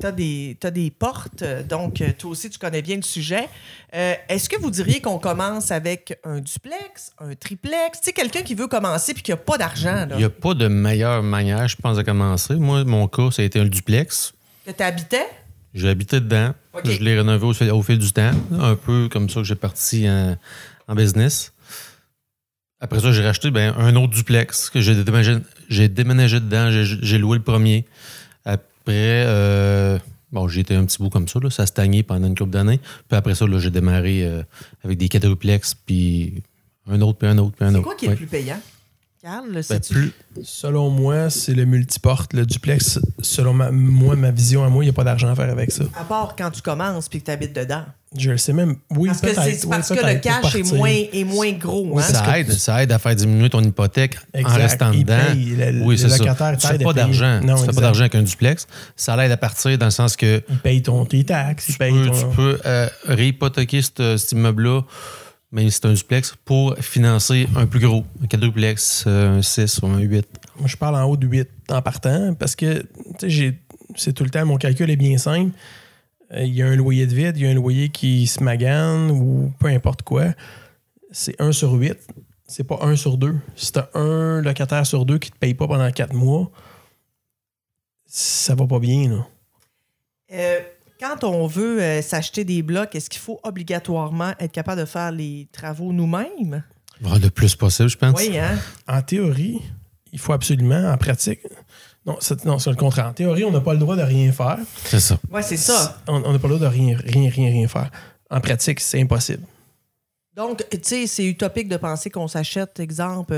Speaker 1: tu as des, t'as des portes, euh, donc euh, toi aussi, tu connais bien le sujet. Euh, Est-ce que vous diriez qu'on commence avec un duplex, un triplex? Tu sais, quelqu'un qui veut commencer puis qui n'a pas d'argent, là,
Speaker 4: Il n'y a pas de meilleure manière, je pense, de commencer. Moi, mon cas, ça a été un duplex.
Speaker 1: que tu habitais?
Speaker 4: J'ai habité dedans.
Speaker 1: OK.
Speaker 4: Je l'ai rénové au fil, au fil du temps. Un peu comme ça que j'ai parti en, en business. Après ça, j'ai racheté ben, un autre duplex que j'ai déménagé, j'ai déménagé dedans. J'ai- J'ai loué le premier. Après, euh, bon, j'ai été un petit bout comme ça. Là. Ça a stagné pendant une couple d'années. Puis après ça, là, j'ai démarré euh, avec des quadruplex, puis un autre, puis un autre, puis un
Speaker 1: C'est
Speaker 4: autre.
Speaker 1: quoi qui est
Speaker 4: Ouais.
Speaker 1: le plus payant? Carl, là,
Speaker 4: Ben,
Speaker 1: c'est-tu-
Speaker 4: plus,
Speaker 5: Selon moi, c'est le multiporte, le duplex. Selon ma- moi, ma vision à moi, il n'y a pas d'argent à faire avec ça.
Speaker 1: à part quand tu commences puis que tu habites dedans.
Speaker 5: Je le sais même. Oui,
Speaker 1: Parce que
Speaker 5: peut-être,
Speaker 1: c'est
Speaker 5: oui,
Speaker 1: parce que le
Speaker 5: peut-être, pour
Speaker 1: cash est
Speaker 5: partir.
Speaker 1: moins, est moins gros.
Speaker 5: Oui,
Speaker 1: hein?
Speaker 5: parce que-
Speaker 4: ça aide, ça aide à faire diminuer ton hypothèque en
Speaker 5: Exact.
Speaker 4: restant
Speaker 5: Il
Speaker 4: dedans.
Speaker 5: paye, le-
Speaker 4: oui,
Speaker 5: le
Speaker 4: c'est ça.
Speaker 5: locataire
Speaker 4: Tu fais
Speaker 5: t'aide à
Speaker 4: pas
Speaker 5: payer.
Speaker 4: d'argent. Tu
Speaker 5: Non,
Speaker 4: fais pas
Speaker 5: exact.
Speaker 4: d'argent avec un duplex. Ça l'aide à partir dans le sens que
Speaker 5: Il paye ton, tes taxes, il
Speaker 4: tu
Speaker 5: paye
Speaker 4: peux,
Speaker 5: ton-
Speaker 4: tu peux, euh, réhypothéquer cet, cet immeuble-là, même si c'est un duplex, pour financer un plus gros, un quadruplex, euh, un 6 ou un 8.
Speaker 5: Moi, je parle en haut de 8 en partant parce que tu sais, j'ai- c'est tout le temps, mon calcul est bien simple. Euh, Il y a un loyer de vide, il y a un loyer qui se magane ou peu importe quoi. C'est 1 sur 8. C'est pas 1 sur 2. Si t'as un locataire sur deux qui te paye pas pendant 4 mois, ça va pas bien. Là.
Speaker 1: Euh, quand on veut euh, s'acheter des blocs, est-ce qu'il faut obligatoirement être capable de faire les travaux nous-mêmes?
Speaker 4: Bon, Ah, le plus possible, je pense.
Speaker 1: Oui, hein?
Speaker 5: En théorie, il faut absolument, en pratique, non, c'est non, c'est le contraire. En théorie, on n'a pas le droit de rien faire.
Speaker 4: C'est ça.
Speaker 1: Oui, c'est ça.
Speaker 5: On on n'a pas le droit de rien, rien, rien, rien faire. En pratique, c'est impossible.
Speaker 1: Donc, tu sais, c'est utopique de penser qu'on s'achète, exemple,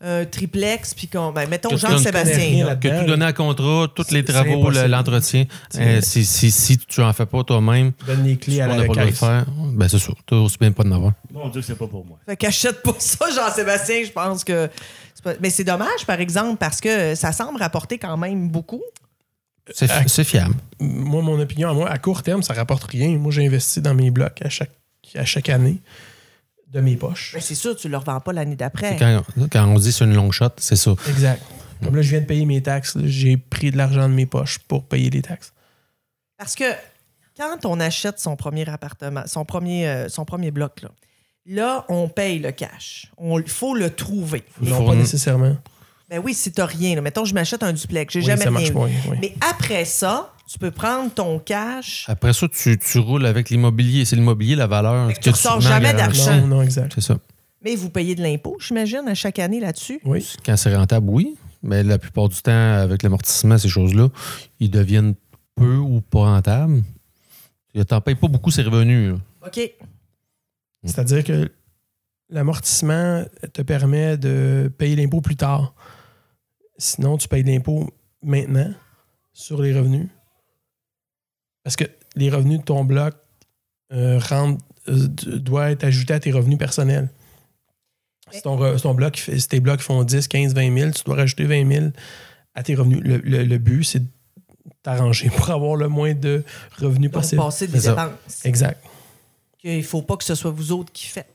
Speaker 1: euh, un triplex, puis qu'on. Ben, mettons
Speaker 4: Que tu ne
Speaker 5: connais
Speaker 1: Jean-Sébastien.
Speaker 5: rien
Speaker 1: là.
Speaker 5: là-dedans.
Speaker 4: Que tout donner à contrat, tous les
Speaker 5: C'est- c'est
Speaker 4: travaux, le-
Speaker 5: impossible.
Speaker 4: l'entretien,
Speaker 5: C'est-
Speaker 4: euh, si, si, si tu en fais pas toi-même,
Speaker 5: Donne les clés à
Speaker 4: on
Speaker 5: la
Speaker 4: n'a pas le droit de le
Speaker 5: caisse.
Speaker 4: faire. Ben, c'est sûr. Tu aussi bien pas de n'avoir.
Speaker 2: Mon Dieu, c'est pas pour moi.
Speaker 1: Fait qu'achète pas ça, Jean-Sébastien, je pense que. c'est pas- Mais c'est dommage, par exemple, parce que ça semble rapporter quand même beaucoup.
Speaker 4: C'est
Speaker 5: Ah.
Speaker 4: fi- c'est fiable.
Speaker 5: Moi, mon opinion, à moi, à court terme, ça rapporte rien. Moi, j'investis dans mes blocs à chaque, à chaque année de mes poches.
Speaker 1: Mais c'est sûr, tu le revends pas l'année d'après.
Speaker 4: Quand, quand on dit c'est une long shot, c'est ça.
Speaker 5: Exact. Comme là, je viens de payer mes taxes. là, J'ai pris de l'argent de mes poches pour payer les taxes.
Speaker 1: Parce que quand on achète son premier appartement, son premier, euh, son premier bloc, là, là, on paye le cash. Il faut le trouver.
Speaker 5: Non,
Speaker 4: Faut-
Speaker 5: pas nécessairement.
Speaker 1: Ben oui, si t'as rien. là. Mettons, je m'achète un duplex. J'ai
Speaker 5: Oui,
Speaker 1: jamais
Speaker 5: ça marche
Speaker 1: rien.
Speaker 5: pas. oui, oui.
Speaker 1: Mais après ça, tu peux prendre ton cash.
Speaker 4: Après ça, tu, tu roules avec l'immobilier. C'est l'immobilier, la valeur.
Speaker 1: Fait que tu ressors jamais
Speaker 4: mets en garantie.
Speaker 1: d'argent.
Speaker 5: Non, non, exact.
Speaker 4: C'est ça.
Speaker 1: Mais vous payez de l'impôt, j'imagine, à chaque année là-dessus.
Speaker 5: Oui.
Speaker 4: Quand c'est rentable, oui. Mais la plupart du temps, avec l'amortissement, ces choses-là, ils deviennent peu ou pas rentables. Tu n'en payes pas beaucoup ces revenus. là.
Speaker 1: OK.
Speaker 5: C'est-à-dire que l'amortissement te permet de payer l'impôt plus tard. Sinon, tu payes de l'impôt maintenant sur les revenus. Parce que les revenus de ton bloc euh, rentrent- euh, d- doivent être ajoutés à tes revenus personnels. Si ton, re- si ton bloc, fait- si tes blocs font 10, 15, 20 000, tu dois rajouter 20 000 à tes revenus. Le, le- le but, c'est de t'arranger pour avoir le moins de revenus
Speaker 1: Donc,
Speaker 5: possible.
Speaker 1: passer des
Speaker 4: C'est ça.
Speaker 1: dépenses.
Speaker 5: Exact.
Speaker 1: Il faut pas que ce soit vous autres qui faites.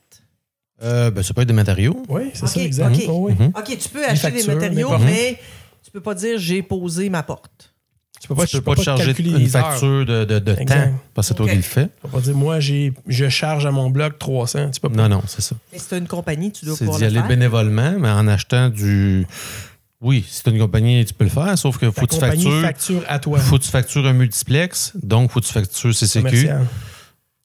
Speaker 4: Euh, ben, ça peut être des matériaux.
Speaker 5: Oui, c'est
Speaker 1: Ok,
Speaker 5: ça, exact.
Speaker 1: ok.
Speaker 5: Oh oui.
Speaker 4: Mhm.
Speaker 1: OK, tu peux acheter des
Speaker 5: factures,
Speaker 1: matériaux,
Speaker 5: mais pas-
Speaker 1: mais tu peux pas dire j'ai posé ma porte.
Speaker 5: Tu peux pas,
Speaker 4: tu peux pas te charger
Speaker 5: calculer
Speaker 4: une
Speaker 5: les heures.
Speaker 4: facture de, de- de
Speaker 5: Exact.
Speaker 4: temps parce que c'est toi
Speaker 1: Ok.
Speaker 4: qui le fais.
Speaker 5: Tu peux pas dire, moi, j'ai, je charge à mon bloc 300. Tu peux pas.
Speaker 4: Non, non, c'est ça.
Speaker 1: Mais si tu une compagnie, tu dois
Speaker 4: C'est
Speaker 1: pouvoir
Speaker 4: d'y
Speaker 1: le
Speaker 4: aller
Speaker 1: faire.
Speaker 4: bénévolement, mais en achetant du. Oui, si tu une compagnie, tu peux le faire, sauf que faut
Speaker 5: La
Speaker 4: que tu
Speaker 5: compagnie
Speaker 4: factures.
Speaker 5: facture à toi.
Speaker 4: Faut que tu factures un multiplex, donc faut que tu factures CCQ.
Speaker 5: commercial.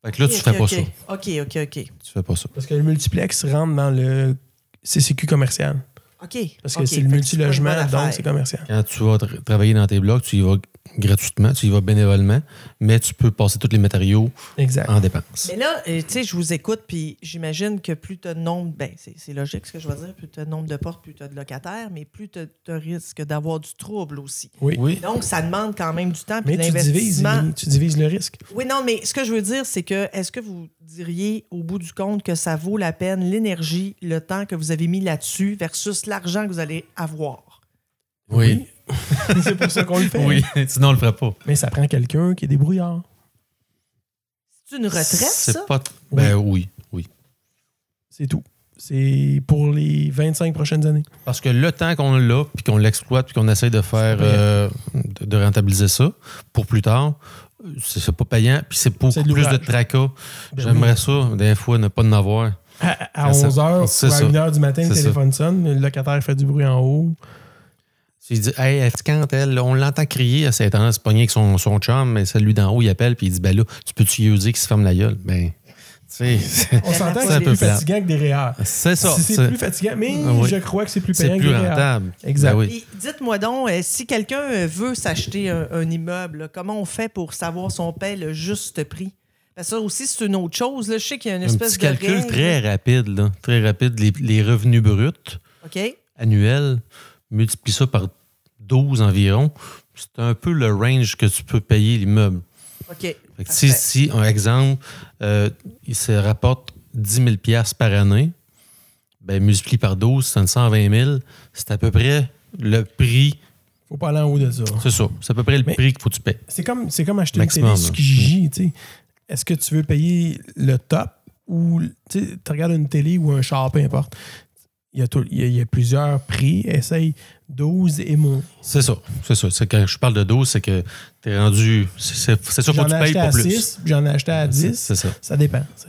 Speaker 4: Fait que là, tu
Speaker 1: Ok,
Speaker 4: fais pas
Speaker 1: ok.
Speaker 4: ça.
Speaker 1: OK, OK, OK.
Speaker 4: Tu fais pas ça.
Speaker 5: Parce que le multiplex rentre dans le CCQ commercial.
Speaker 1: OK.
Speaker 5: Parce que
Speaker 1: OK, fait que
Speaker 5: c'est le
Speaker 1: c'est pas une bonne
Speaker 5: multilogement,
Speaker 1: affaire.
Speaker 5: donc c'est commercial.
Speaker 4: Quand tu vas tra- travailler dans tes blocs, tu y vas gratuitement, tu y vas bénévolement, mais tu peux passer tous les matériaux
Speaker 1: Ah.
Speaker 5: Exact.
Speaker 4: en dépenses.
Speaker 1: Mais là, euh, tu sais, je vous écoute, puis j'imagine que plus tu as de nombre, ben, c'est c'est logique ce que je veux dire, plus tu as de nombre de portes, plus tu as de locataires, mais plus tu risques d'avoir du trouble aussi.
Speaker 5: Oui.
Speaker 4: Oui.
Speaker 1: Donc, ça demande quand même du temps puis
Speaker 5: Mais
Speaker 1: de
Speaker 5: tu divises,
Speaker 1: l'investissement.
Speaker 5: Émilie, tu divises le risque.
Speaker 1: Oui, non, mais ce que je veux dire, c'est que est-ce que vous diriez au bout du compte que ça vaut la peine l'énergie, le temps que vous avez mis là-dessus versus l'argent que vous allez avoir?
Speaker 4: Oui.
Speaker 5: c'est pour ça qu'on le fait.
Speaker 4: Oui. Sinon, on le ferait pas.
Speaker 5: Mais ça prend quelqu'un qui est débrouillard.
Speaker 1: C'est une retraite, ça?
Speaker 4: C'est pas. Ben oui. oui.
Speaker 5: C'est tout. C'est pour les 25 prochaines années.
Speaker 4: Parce que le temps qu'on l'a, puis qu'on l'exploite, puis qu'on essaie de faire,
Speaker 5: C'est pas payant.
Speaker 4: euh, de de rentabiliser ça pour plus tard, euh, c'est c'est pas payant, puis c'est beaucoup
Speaker 5: C'est de
Speaker 4: plus de
Speaker 5: l'ouvrage.
Speaker 4: tracas.
Speaker 5: Ben
Speaker 4: J'aimerais ça, des fois, ne pas en avoir.
Speaker 5: À,
Speaker 4: Ah, ça-
Speaker 5: 11h
Speaker 4: c'est
Speaker 5: ou à
Speaker 4: ça.
Speaker 5: 1h du matin, le
Speaker 4: C'est ça.
Speaker 5: téléphone sonne, le locataire fait du bruit en haut.
Speaker 4: Il dit, hey, est-ce quand elle, on l'entend crier à cette ans, se pogner avec son, son chum, mais celui d'en haut, il appelle, puis il dit, ben là, tu peux-tu lui dire qu'il se ferme la gueule? Ben, tu sais, c'est-
Speaker 5: On s'entend
Speaker 1: C'est un
Speaker 5: que c'est
Speaker 1: peu
Speaker 5: plus
Speaker 4: plate.
Speaker 5: fatigant que des REER.
Speaker 4: c'est ça.
Speaker 5: Si c'est
Speaker 4: c'est-
Speaker 5: plus fatigant, mais
Speaker 4: Ah oui.
Speaker 5: je crois que c'est plus
Speaker 4: C'est
Speaker 5: payant
Speaker 4: plus
Speaker 5: que des REER.
Speaker 4: rentable.
Speaker 5: Exact.
Speaker 4: Ben oui.
Speaker 1: Puis dites-moi donc, euh, si quelqu'un euh, veut s'acheter un, un immeuble, là, comment on fait pour savoir si on paie le juste prix? Parce que ça aussi, c'est une autre chose. là. Je sais qu'il y a une
Speaker 4: Un
Speaker 1: espèce
Speaker 4: petit
Speaker 1: de
Speaker 4: calcul
Speaker 1: règle.
Speaker 4: très rapide, là, très rapide, les, les revenus bruts
Speaker 1: OK?
Speaker 4: annuel, multiplie ça par 12 environ, c'est un peu le range que tu peux payer l'immeuble.
Speaker 7: OK.
Speaker 4: Fait que si,
Speaker 7: Parfait.
Speaker 4: si, un exemple, euh, il se rapporte 10 000 piastres par année, ben, multiplie par 12, ça donne 120 000. C'est à peu près le prix.
Speaker 5: Faut pas aller en haut de ça.
Speaker 4: C'est ça. C'est à peu près le
Speaker 5: Mais-
Speaker 4: prix qu'il faut que tu payes.
Speaker 5: C'est comme, c'est comme acheter
Speaker 4: Maximum,
Speaker 5: une télé
Speaker 4: là.
Speaker 5: Kijiji, tu sais. Est-ce que tu veux payer le top ou tu sais, tu regardes une télé ou un char, peu importe. Il y a, tout- il y a- il y a plusieurs prix. Essaye 12 et moins.
Speaker 4: C'est ça. C'est ça. C'est quand je parle de 12, c'est que tu es rendu. c'est- C'est c'est sûr faut
Speaker 5: J'en
Speaker 4: que
Speaker 5: ai
Speaker 4: tu payes
Speaker 5: acheté à
Speaker 4: pour plus.
Speaker 5: 6, j'en ai acheté à
Speaker 4: C'est
Speaker 5: 10.
Speaker 4: c'est ça.
Speaker 5: Ça dépend. tu sais.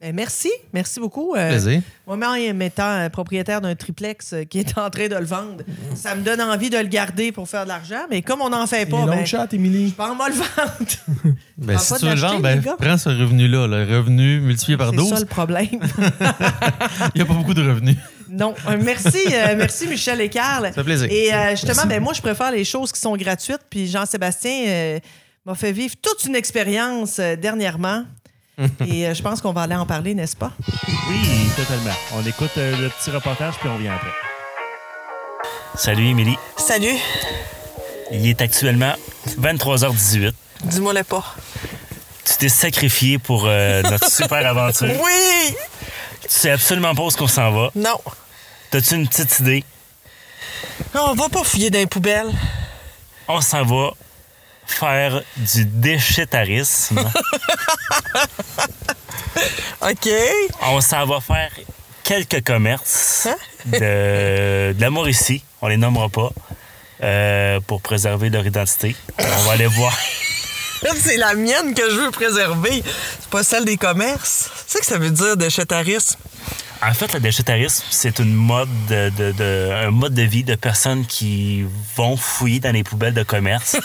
Speaker 7: Ben, merci. Merci beaucoup. Euh,
Speaker 4: Plaisir.
Speaker 7: moi-même, étant euh, propriétaire d'un triplex euh, qui est en train de le vendre, ça me donne envie de le garder pour faire de l'argent, mais comme on n'en fait
Speaker 5: Les
Speaker 7: pas,
Speaker 5: long
Speaker 7: ben, je
Speaker 5: shots, Émilie.
Speaker 7: pense moi le vendre.
Speaker 4: Ben,
Speaker 7: prends
Speaker 4: si
Speaker 7: pas
Speaker 4: tu veux le
Speaker 7: d'acheter,
Speaker 4: vendre,
Speaker 7: les
Speaker 4: ben,
Speaker 7: gars.
Speaker 4: prends ce revenu-là. Le revenu multiplié par
Speaker 7: C'est ça
Speaker 4: 12,
Speaker 7: le problème.
Speaker 4: il n'y a pas beaucoup de revenus.
Speaker 7: Non. Euh, merci, euh, merci Michel et Carl.
Speaker 4: Ça fait plaisir.
Speaker 7: Et euh, justement, ben, moi, je préfère les choses qui sont gratuites. Puis Jean-Sébastien euh, m'a fait vivre toute une expérience euh, dernièrement. et euh, je pense qu'on va aller en parler, n'est-ce pas?
Speaker 2: Oui, totalement. On écoute euh, le petit reportage, puis on vient après. Salut, Émilie.
Speaker 1: Salut,
Speaker 2: Il est actuellement 23h18.
Speaker 1: dis-moi le pas.
Speaker 2: Tu t'es sacrifié pour euh, notre super aventure.
Speaker 1: Oui!
Speaker 2: Tu sais absolument pas où est-ce qu'on s'en va.
Speaker 1: Non,
Speaker 2: T'as-tu une petite idée?
Speaker 1: on va pas fouiller dans les poubelles.
Speaker 2: On s'en va faire du déchetarisme.
Speaker 1: OK.
Speaker 2: on s'en va faire quelques commerces de, de la Mauricie. On les nommera pas. euh, pour préserver leur identité. On va aller voir.
Speaker 1: C'est la mienne que je veux préserver. C'est pas celle des commerces. C'est que ça veut dire déchetarisme.
Speaker 2: En fait, le déchetarisme, c'est une mode de, de- de- un mode de vie de personnes qui vont fouiller dans les poubelles de commerce,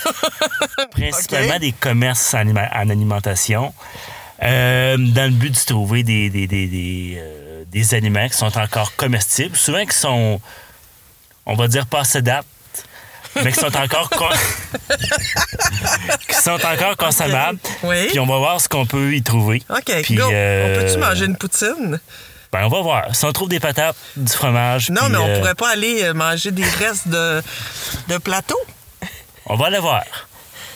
Speaker 2: principalement
Speaker 1: Ok.
Speaker 2: des commerces en, anima- en alimentation, euh, dans le but de trouver des, des, des- des, euh, des aliments qui sont encore comestibles, souvent qui sont, on va dire, passés date, mais qui sont encore, con- qui sont encore consommables.
Speaker 1: Oui.
Speaker 2: Puis on va voir ce qu'on peut y trouver.
Speaker 1: OK,
Speaker 2: Puis,
Speaker 1: go.
Speaker 2: euh,
Speaker 1: On peut-tu manger une poutine?
Speaker 2: ben, on va voir. Si on trouve des patates, du fromage.
Speaker 1: Non,
Speaker 2: puis,
Speaker 1: mais on
Speaker 2: euh,
Speaker 1: pourrait pas aller euh, manger des restes de, de plateau.
Speaker 2: On va le voir.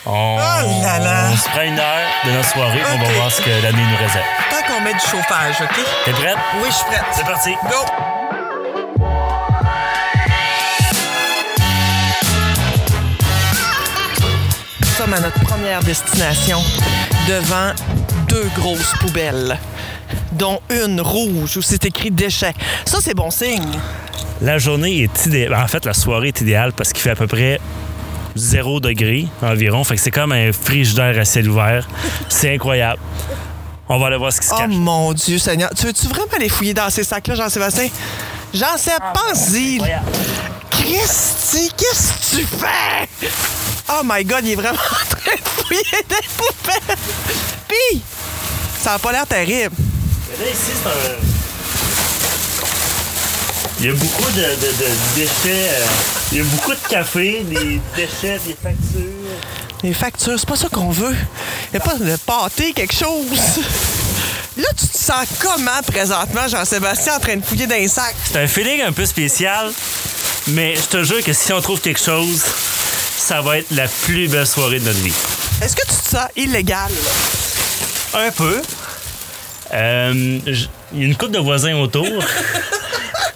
Speaker 2: On,
Speaker 1: Oh là là.
Speaker 2: on se prend une heure de notre soirée. On va
Speaker 1: Ok.
Speaker 2: voir ce que l'année nous réserve.
Speaker 1: Tant qu'on met du chauffage, OK?
Speaker 2: T'es prête?
Speaker 1: Oui, je suis
Speaker 2: C'est
Speaker 1: prête.
Speaker 2: parti.
Speaker 1: Go!
Speaker 7: Nous sommes à notre première destination.
Speaker 1: devant deux grosses poubelles, dont une rouge où c'est écrit déchets. Ça, c'est bon signe.
Speaker 2: La journée est idéale. En fait, la soirée est idéale parce qu'il fait à peu près 0 degré environ. Fait que c'est comme un frigidaire à ciel ouvert. C'est incroyable. On va aller voir ce qui se
Speaker 1: Oh
Speaker 2: cache.
Speaker 1: mon Dieu, Seigneur. Tu veux-tu vraiment aller fouiller dans ces sacs-là, Jean-Sébastien? Jean-Sébastien, pense-y.
Speaker 2: Incroyable.
Speaker 1: Christy, qu'est-ce que tu fais? Oh my God, il est vraiment en train de fouiller des poubelles. Puis, ça n'a pas l'air terrible.
Speaker 2: Là, ici, c'est un- Il y a beaucoup de, de- de déchets. euh, Il y a beaucoup de café, des déchets, des factures.
Speaker 1: Les factures, c'est pas ça qu'on veut. Il a pas de pâté, quelque chose. Là, tu te sens comment présentement, Jean-Sébastien, en train de fouiller dans les sacs?
Speaker 2: C'est un feeling un peu spécial, mais je te jure que si on trouve quelque chose, ça va être la plus belle soirée de notre vie.
Speaker 1: Est-ce que tu te sens illégal?
Speaker 2: Un peu. Euh, j- Il y a une coupe de voisins autour.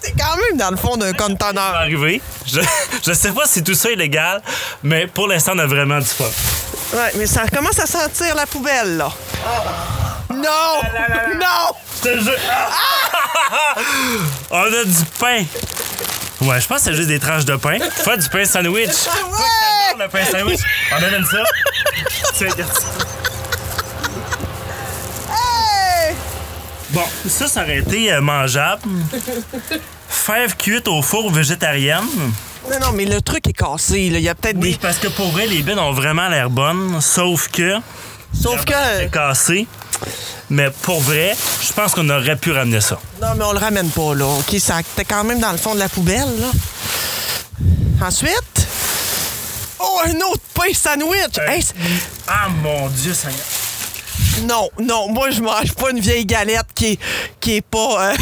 Speaker 1: T'es quand même dans le fond d'un
Speaker 2: Ça va
Speaker 1: conteneur.
Speaker 2: arriver. Je, je sais pas si tout ça est légal, mais pour l'instant, on a vraiment du fun.
Speaker 1: Ouais, mais ça commence à sentir la poubelle, là. Non! Non!
Speaker 2: Je te jure. Ah! on a du pain. Ouais, je pense que c'est juste des tranches de pain. Faire du pain sandwich.
Speaker 1: Ah, Ouais!
Speaker 2: Le pain sandwich. On amène ça. Tiens, regarde ça.
Speaker 1: Hey!
Speaker 2: Bon, ça, ça aurait été euh, mangeable. Fèves cuites au four végétarienne.
Speaker 1: Non, non, mais le truc est cassé, là. Il y a peut-être
Speaker 2: Oui, parce que pour vrai, les bines ont vraiment l'air bonnes, sauf que
Speaker 1: des. Sauf que.
Speaker 2: c'est cassé. Mais pour vrai, je pense qu'on aurait pu ramener ça.
Speaker 1: Non, mais on le ramène pas, là. OK, ça. T'es quand même dans le fond de la poubelle, là. Ensuite. Oh, un autre pain sandwich!
Speaker 2: Euh,
Speaker 1: Hey, c'est-
Speaker 2: Ah mon Dieu, Seigneur.
Speaker 1: non, non, moi, je mange pas une vieille galette qui est, qui est pas. euh,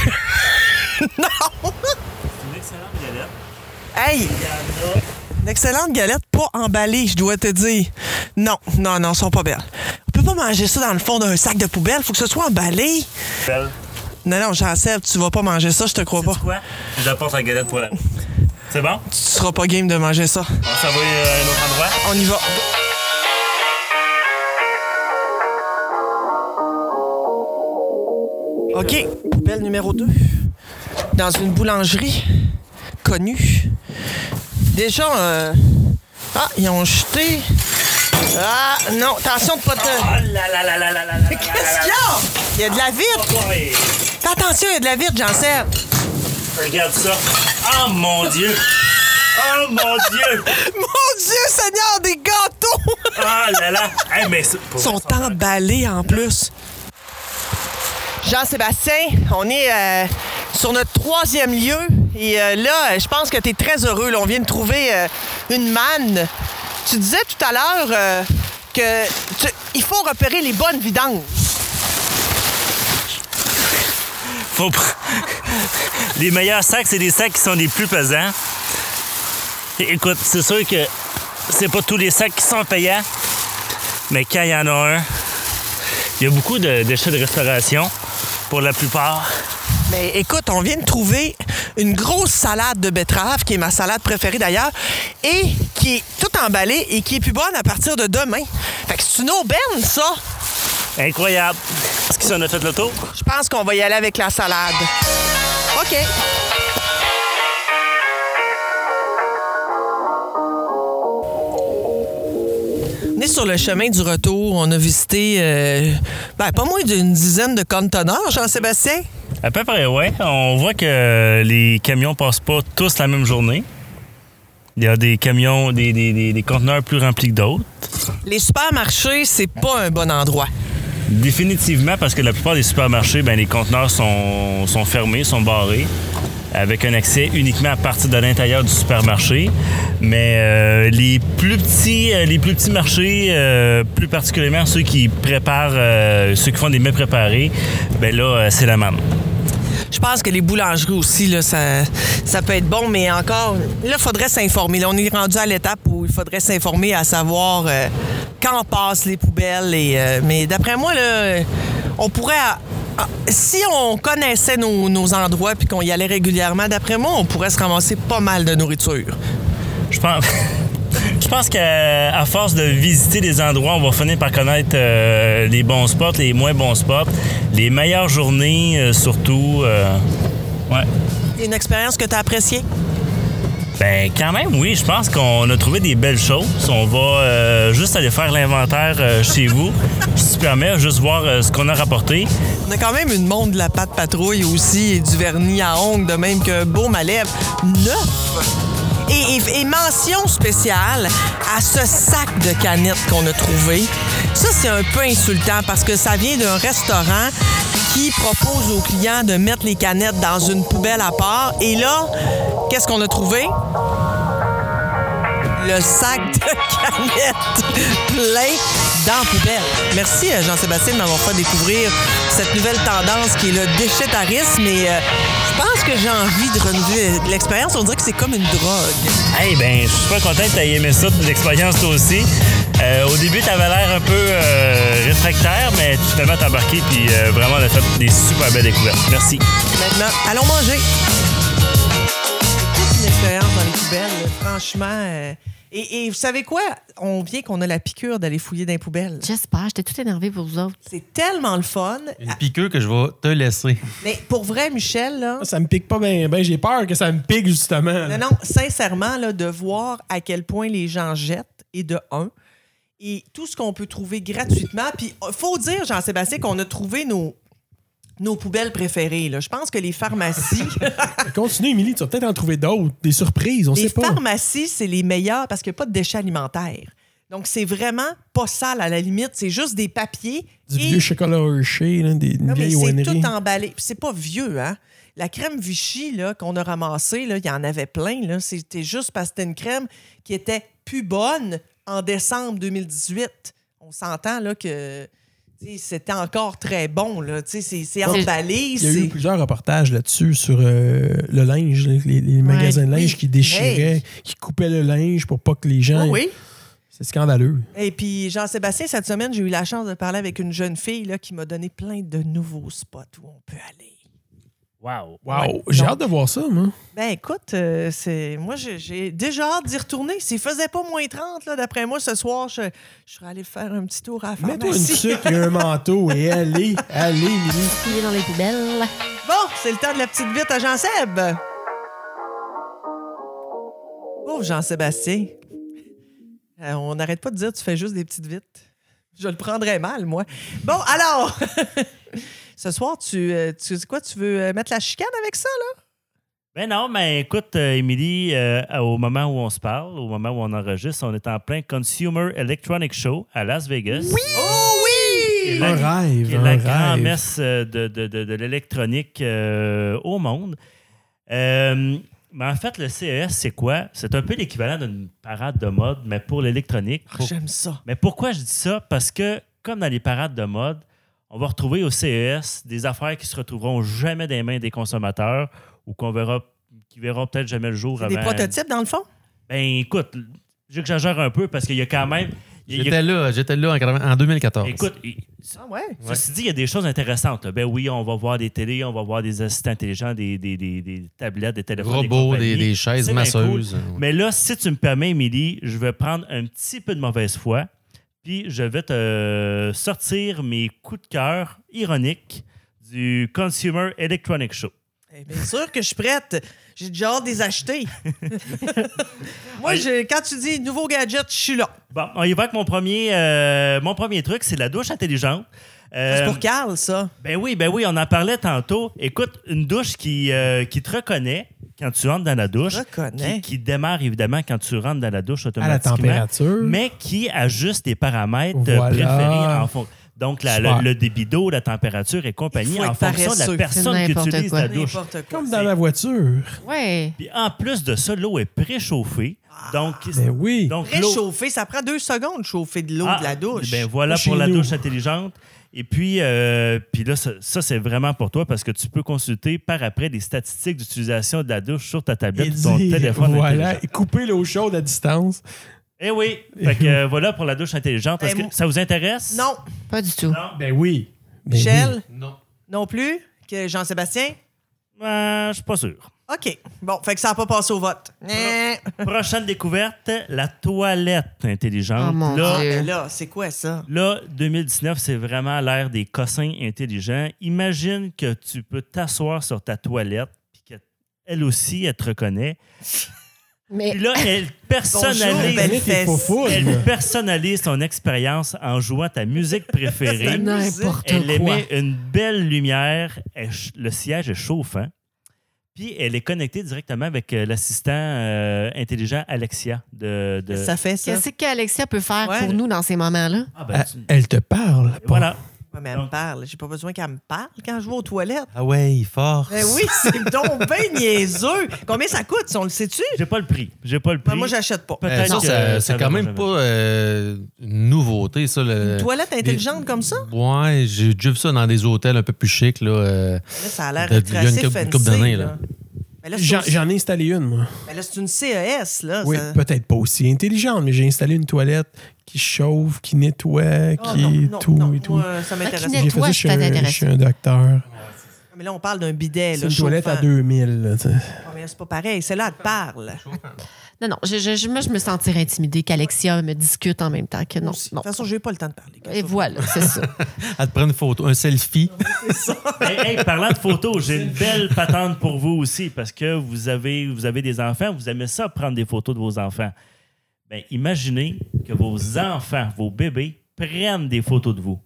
Speaker 1: non!
Speaker 2: Une excellente galette.
Speaker 1: Hey! Une excellente galette pas emballée, je dois te dire. Non, non, non, elles sont pas belles. On peut pas manger ça dans le fond d'un sac de poubelle, faut que ce soit emballé.
Speaker 2: Belle.
Speaker 1: Non, non, Jean-Seb, tu vas pas manger ça, je te crois pas.
Speaker 8: Sais-tu quoi?
Speaker 2: Je apporte la galette pour la.
Speaker 8: C'est bon?
Speaker 1: Tu seras pas game de manger ça.
Speaker 2: On s'en va euh, à un autre endroit.
Speaker 1: On y va. OK. Poubelle numéro 2. Dans une boulangerie connue. Déjà, euh... Ah, ils ont jeté. Ah, non, attention de pas
Speaker 2: Oh
Speaker 1: te.
Speaker 2: là là là là là là là.
Speaker 1: Qu'est-ce qu'il y a? Il y a de la vitre. Fais attention, il y a de la vitre, j'en sais.
Speaker 8: Regarde ça. Oh mon Dieu! Oh mon Dieu!
Speaker 1: Mon Dieu, Seigneur, des gâteaux!
Speaker 8: Oh là là! Hey, mais c'est- pour
Speaker 1: Ils sont emballés en plus. Jean-Sébastien, on est euh, sur notre troisième lieu. Et euh, là, euh, je pense que tu es très heureux. là. on vient de trouver euh, une manne. Tu disais tout à l'heure euh, que tu- il faut repérer les bonnes vidanges.
Speaker 2: Faut pr- les meilleurs sacs, c'est des sacs qui sont les plus pesants. É- Écoute, c'est sûr que c'est pas tous les sacs qui sont payants, mais quand il y en a un, il y a beaucoup de déchets de restauration pour la plupart.
Speaker 1: Mais écoute, on vient de trouver une grosse salade de betterave, qui est ma salade préférée d'ailleurs, et qui est toute emballée et qui est plus bonne à partir de demain. Fait que c'est une aubaine, ça!
Speaker 2: Incroyable. Est-ce qu'ils en a fait le tour?
Speaker 1: Je pense qu'on va y aller avec la salade. OK. On est sur le chemin du retour. On a visité euh, ben, pas moins d'une dizaine de conteneurs, Jean-Sébastien.
Speaker 2: À peu près, ouais. On voit que les camions passent pas tous la même journée. Il y a des camions, des, des- des- des conteneurs plus remplis que d'autres.
Speaker 1: Les supermarchés, c'est pas un bon endroit.
Speaker 2: Définitivement, parce que la plupart des supermarchés, ben, les conteneurs sont, sont fermés, sont barrés, avec un accès uniquement à partir de l'intérieur du supermarché. Mais euh, les plus petits, euh, les plus petits marchés, euh, plus particulièrement ceux qui préparent, euh, ceux qui font des mets préparés, ben là, euh, c'est la manne.
Speaker 1: Je pense que les boulangeries aussi, là, ça, ça peut être bon, mais encore, là, il faudrait s'informer. Là, on est rendu à l'étape où il faudrait s'informer à savoir euh, quand passent les poubelles. Et, euh, mais d'après moi, là, euh, on pourrait. a- a- si on connaissait nos, nos endroits puis qu'on y allait régulièrement, d'après moi, on pourrait se ramasser pas mal de nourriture.
Speaker 2: Je pense. Je pense qu'à à force de visiter des endroits, on va finir par connaître euh, les bons spots, les moins bons spots, les meilleures journées euh, surtout. euh, ouais.
Speaker 1: Une expérience que tu as appréciée?
Speaker 2: Ben quand même, oui, je pense qu'on a trouvé des belles choses. On va euh, juste aller faire l'inventaire euh, chez vous, si tu permets, juste voir euh, ce qu'on a rapporté.
Speaker 1: On a quand même une montre de la pâte patrouille aussi et du vernis à ongles, de même qu'un baume à lèvres neuf. Et, et- et mention spéciale à ce sac de canettes qu'on a trouvé. Ça, c'est un peu insultant parce que ça vient d'un restaurant qui propose aux clients de mettre les canettes dans une poubelle à part. Et là, qu'est-ce qu'on a trouvé? Le sac de canettes plein dans la poubelle. Merci euh, Jean-Sébastien de m'avoir fait découvrir cette nouvelle tendance qui est le déchetarisme et euh, je pense que j'ai envie de renouveler l'expérience. On dirait que c'est comme une drogue.
Speaker 2: Hey, ben, je suis pas content que t'aies aimé ça, l'expérience toi aussi. Euh, au début, t'avais l'air un peu euh, réfractaire, mais tu t'es vraiment embarqué, puis euh, vraiment, on a fait des super belles découvertes. Merci.
Speaker 1: Maintenant, allons manger.
Speaker 9: toute une expérience dans les poubelles, là, franchement. euh, Et, et vous savez quoi? On vient qu'on a la piqûre d'aller fouiller dans les poubelles.
Speaker 3: J'espère, j'étais tout énervée pour vous autres.
Speaker 9: C'est tellement le fun.
Speaker 1: Ah,
Speaker 4: Une piqûre que je vais te laisser.
Speaker 9: Mais pour vrai, Michel, là,
Speaker 5: Ça me pique pas bien. Ben, j'ai peur que ça me pique, justement.
Speaker 9: non, non, sincèrement, là, de voir à quel point les gens jettent, et de un, et tout ce qu'on peut trouver gratuitement. Puis, euh, faut dire, Jean-Sébastien, qu'on a trouvé nos, nos poubelles préférées. là. Je pense que les pharmacies.
Speaker 5: Continue, Émilie, tu vas peut-être en trouver d'autres, des surprises, on
Speaker 9: les
Speaker 5: sait pas.
Speaker 9: pharmacies, c'est les meilleurs parce qu'il n'y a pas de déchets alimentaires. Donc, c'est vraiment pas sale à la limite. C'est juste des papiers.
Speaker 5: Du
Speaker 9: et-
Speaker 5: vieux chocolat Hershey, là,
Speaker 9: Non,
Speaker 5: des une
Speaker 9: mais
Speaker 5: vieille
Speaker 9: c'est
Speaker 5: ouannerie.
Speaker 9: tout emballé. Puis C'est pas vieux, hein? La crème Vichy là, qu'on a ramassée, là, il y en avait plein. là. C'était juste parce que c'était une crème qui était plus bonne en décembre 2018. On s'entend là, que
Speaker 1: Tu sais, C'était encore très bon, là. Tu sais, C'est c'est emballé.
Speaker 5: Il y a eu
Speaker 1: c'est-
Speaker 5: plusieurs reportages là-dessus sur euh, le linge, les, les- les magasins de
Speaker 1: oui.
Speaker 5: linge qui déchiraient,
Speaker 1: Hey. Oh,
Speaker 5: qui coupaient le linge pour pas que les gens.
Speaker 1: Ah Oui, oui.
Speaker 5: C'est scandaleux.
Speaker 1: Et puis, Jean-Sébastien, cette semaine, j'ai eu la chance de parler avec une jeune fille là, qui m'a donné plein de nouveaux spots où on peut aller.
Speaker 2: Wow.
Speaker 5: Wow, j'ai hâte de voir ça, moi.
Speaker 1: Ben écoute, euh, c'est moi j'ai- j'ai déjà hâte d'y retourner. S'il faisait pas moins 30, là, d'après moi, ce soir, je, je serais allé faire un petit tour à la
Speaker 5: Mets-toi une
Speaker 1: pharmacie.
Speaker 5: sucre et un manteau et allez, allez, Lily.
Speaker 3: Il est dans les poubelles.
Speaker 1: Bon, c'est le temps de la petite vite à Jean-Seb. Pauvre Jean-Sébastien. Euh, on n'arrête pas de dire tu fais juste des petites vites. Je le prendrais mal, moi. Bon, alors, ce soir, tu, euh, tu quoi, tu veux euh, mettre la chicane avec ça, là?
Speaker 2: Ben non, mais écoute, euh, Émilie, euh, au moment où on se parle, au moment où on enregistre, on est en plein Consumer Electronic Show à Las Vegas. Oui!
Speaker 1: Oh oui!
Speaker 5: Un rêve,
Speaker 2: Et
Speaker 5: un
Speaker 2: la grande
Speaker 5: rêve.
Speaker 2: messe euh, de, de- de- de l'électronique euh, au monde. Euh, mais en fait, le CES, c'est quoi? C'est un peu l'équivalent d'une parade de mode, mais pour l'électronique.
Speaker 1: Ah,
Speaker 2: Pour-
Speaker 1: J'aime ça.
Speaker 2: Mais pourquoi je dis ça? Parce que, comme dans les parades de mode, on va retrouver au CES des affaires qui se retrouveront jamais dans les mains des consommateurs ou qu'on verra, qui verront peut-être jamais le jour
Speaker 1: Des
Speaker 2: avant-
Speaker 1: prototypes, dans le fond?
Speaker 2: Ben écoute, j'exagère un peu parce qu'il y a quand même. il y a-
Speaker 4: J'étais là, j'étais là en, 80 en 2014.
Speaker 2: écoute, il-
Speaker 1: Ah ouais?
Speaker 2: Ceci dit, il y a des choses intéressantes. là. Ben oui, on va voir des télés, on va voir des assistants intelligents, des, des- des- des tablettes, des téléphones.
Speaker 4: robots, des,
Speaker 2: compagnies.
Speaker 4: des chaises
Speaker 2: C'est bien cool.
Speaker 4: masseuses.
Speaker 2: Mais là, si tu me permets, Émilie, je vais prendre un petit peu de mauvaise foi, puis je vais te sortir mes coups de cœur ironiques du Consumer Electronic Show.
Speaker 1: Eh bien sûr que je suis prête. J'ai déjà hâte de les acheter. Moi, je- quand tu dis nouveau gadget, je suis là.
Speaker 2: Bon, on y va avec mon premier, euh, mon premier truc, c'est la douche intelligente.
Speaker 1: C'est
Speaker 2: Euh,
Speaker 1: pour Carl, ça.
Speaker 2: Ben oui, ben oui, on en parlait tantôt. Écoute, une douche qui, euh, qui te reconnaît quand tu rentres dans la douche.
Speaker 1: Reconnaît.
Speaker 2: Qui, qui démarre évidemment quand tu rentres dans la douche
Speaker 5: À la
Speaker 2: automatiquement.
Speaker 5: température.
Speaker 2: Mais qui ajuste tes paramètres euh,
Speaker 5: Voilà.
Speaker 2: préférés en fonction. Donc, la-
Speaker 5: Super.
Speaker 2: le, le débit d'eau, la température et
Speaker 1: Il
Speaker 2: compagnie
Speaker 1: faut
Speaker 2: en
Speaker 1: être
Speaker 2: fonction de
Speaker 1: paresseux.
Speaker 2: la personne
Speaker 3: C'est
Speaker 2: qui
Speaker 3: n'importe
Speaker 2: utilise
Speaker 3: quoi.
Speaker 2: la douche.
Speaker 1: N'importe quoi.
Speaker 5: Comme dans la voiture.
Speaker 3: Ouais.
Speaker 2: Puis en plus de ça, l'eau est préchauffée. Donc,
Speaker 5: Ben oui.
Speaker 2: donc l'eau-
Speaker 1: Réchauffer, ça prend deux secondes de chauffer de l'eau
Speaker 2: Ah,
Speaker 1: de la douche.
Speaker 2: Ben voilà
Speaker 5: Chez
Speaker 2: pour la
Speaker 5: nous.
Speaker 2: douche intelligente. Et puis, euh, puis là, ça, ça, c'est vraiment pour toi parce que tu peux consulter par après les statistiques d'utilisation de la douche sur ta tablette ou ton
Speaker 5: dit,
Speaker 2: téléphone.
Speaker 5: voilà,
Speaker 2: intelligent.
Speaker 5: et couper l'eau chaude à distance.
Speaker 2: Eh oui. Fait que, euh, voilà pour la douche intelligente. Est-ce
Speaker 1: Ben,
Speaker 2: que ça vous intéresse?
Speaker 1: Non,
Speaker 3: Pas du tout.
Speaker 2: Non.
Speaker 5: Ben oui. Ben
Speaker 1: Michel,
Speaker 5: oui.
Speaker 4: Non.
Speaker 1: non plus. Que Jean-Sébastien?
Speaker 2: Ben, je suis pas sûr.
Speaker 1: OK. Bon, fait que ça n'a pas passé au vote. Ah,
Speaker 2: Ah.
Speaker 1: Né.
Speaker 2: Prochaine découverte, la toilette intelligente.
Speaker 3: Oh, mon
Speaker 2: là,
Speaker 3: Dieu.
Speaker 1: Mais ben là, c'est quoi ça?
Speaker 2: Là, 2019, c'est vraiment l'ère des cossins intelligents. Imagine que tu peux t'asseoir sur ta toilette, puis qu'elle aussi, elle te reconnaît.
Speaker 3: Mais
Speaker 2: Puis là, elle
Speaker 1: Bonjour,
Speaker 2: personnalise,
Speaker 1: belle
Speaker 5: Nick est
Speaker 1: fesse.
Speaker 5: faux fou.
Speaker 2: elle personnalise ton expérience en jouant ta musique
Speaker 3: c'est
Speaker 2: préférée.
Speaker 3: n'importe
Speaker 2: Elle
Speaker 3: quoi.
Speaker 2: émet une belle lumière. Elle ch- le siège est chauffant. Puis elle est connectée directement avec euh, l'assistant euh, intelligent Alexia de. de-
Speaker 1: Ça fait ça.
Speaker 3: Qu'est-ce qu'Alexia peut faire
Speaker 1: Ouais.
Speaker 3: pour nous dans ces moments-là?
Speaker 2: Ah, ben, tu-
Speaker 5: Elle- Elle te parle. la pauvre.
Speaker 2: Voilà.
Speaker 1: Ouais, mais elle me parle. J'ai pas besoin qu'elle me parle quand je vais aux toilettes.
Speaker 4: Ah ouais, fort.
Speaker 1: Ben oui, c'est donc ben niaiseux. Combien ça coûte? si On le sait-tu?
Speaker 2: J'ai pas le prix. J'ai pas le prix.
Speaker 1: Ben, moi, j'achète pas.
Speaker 4: Euh,
Speaker 2: Peut-être
Speaker 4: ça,
Speaker 2: que
Speaker 4: ça-
Speaker 2: ça
Speaker 4: c'est quand
Speaker 2: va
Speaker 4: même
Speaker 2: jamais.
Speaker 4: pas euh, une nouveauté, ça. Le...
Speaker 1: Une toilette intelligente
Speaker 4: Euh, des-
Speaker 1: comme ça?
Speaker 4: Ouais, j'ai déjà vu ça dans des hôtels un peu plus chics. Là, euh,
Speaker 1: Là, ça a l'air
Speaker 4: Il y a
Speaker 1: d'être
Speaker 4: une
Speaker 1: assez
Speaker 4: couple-
Speaker 1: fancy.
Speaker 4: une couple d'années, là.
Speaker 1: Mais là, c'est
Speaker 5: J'en
Speaker 1: aussi-
Speaker 5: j'en ai installé une, moi.
Speaker 1: mais là, c'est une CES, là.
Speaker 5: Oui,
Speaker 1: ça-
Speaker 5: peut-être pas aussi intelligente, mais j'ai installé une toilette qui chauffe, qui nettoie,
Speaker 1: Ah,
Speaker 5: qui
Speaker 1: non, non,
Speaker 5: tout
Speaker 1: non,
Speaker 5: et tout.
Speaker 1: moi, ça m'intéresse
Speaker 3: qui
Speaker 1: pas.
Speaker 3: n'est-
Speaker 5: J'ai fait
Speaker 3: Toi,
Speaker 5: ça
Speaker 3: je
Speaker 5: chez
Speaker 3: t'avais
Speaker 5: un,
Speaker 3: intéressé.
Speaker 5: chez un docteur.
Speaker 1: Mais là, on parle d'un bidet,
Speaker 5: C'est
Speaker 1: là,
Speaker 5: une toilette à
Speaker 1: chauffant.
Speaker 5: 2000. là, tu sais.
Speaker 1: Ah, mais là, c'est pas pareil. C'est là, elle te parle.
Speaker 3: Non, non, je, je- je- moi, je me sentirais intimidée qu'Alexia me discute en même temps que non.
Speaker 1: Moi aussi. De
Speaker 3: non.
Speaker 1: toute façon, j'ai pas le temps de parler.
Speaker 3: Et voilà, c'est ça.
Speaker 4: elle te prend une photo, un selfie.
Speaker 2: Hey, hey, parlant de photos, j'ai une belle patente pour vous aussi parce que vous avez, vous avez des enfants, vous aimez ça prendre des photos de vos enfants. Ben, imaginez que vos enfants, vos bébés prennent des photos de vous.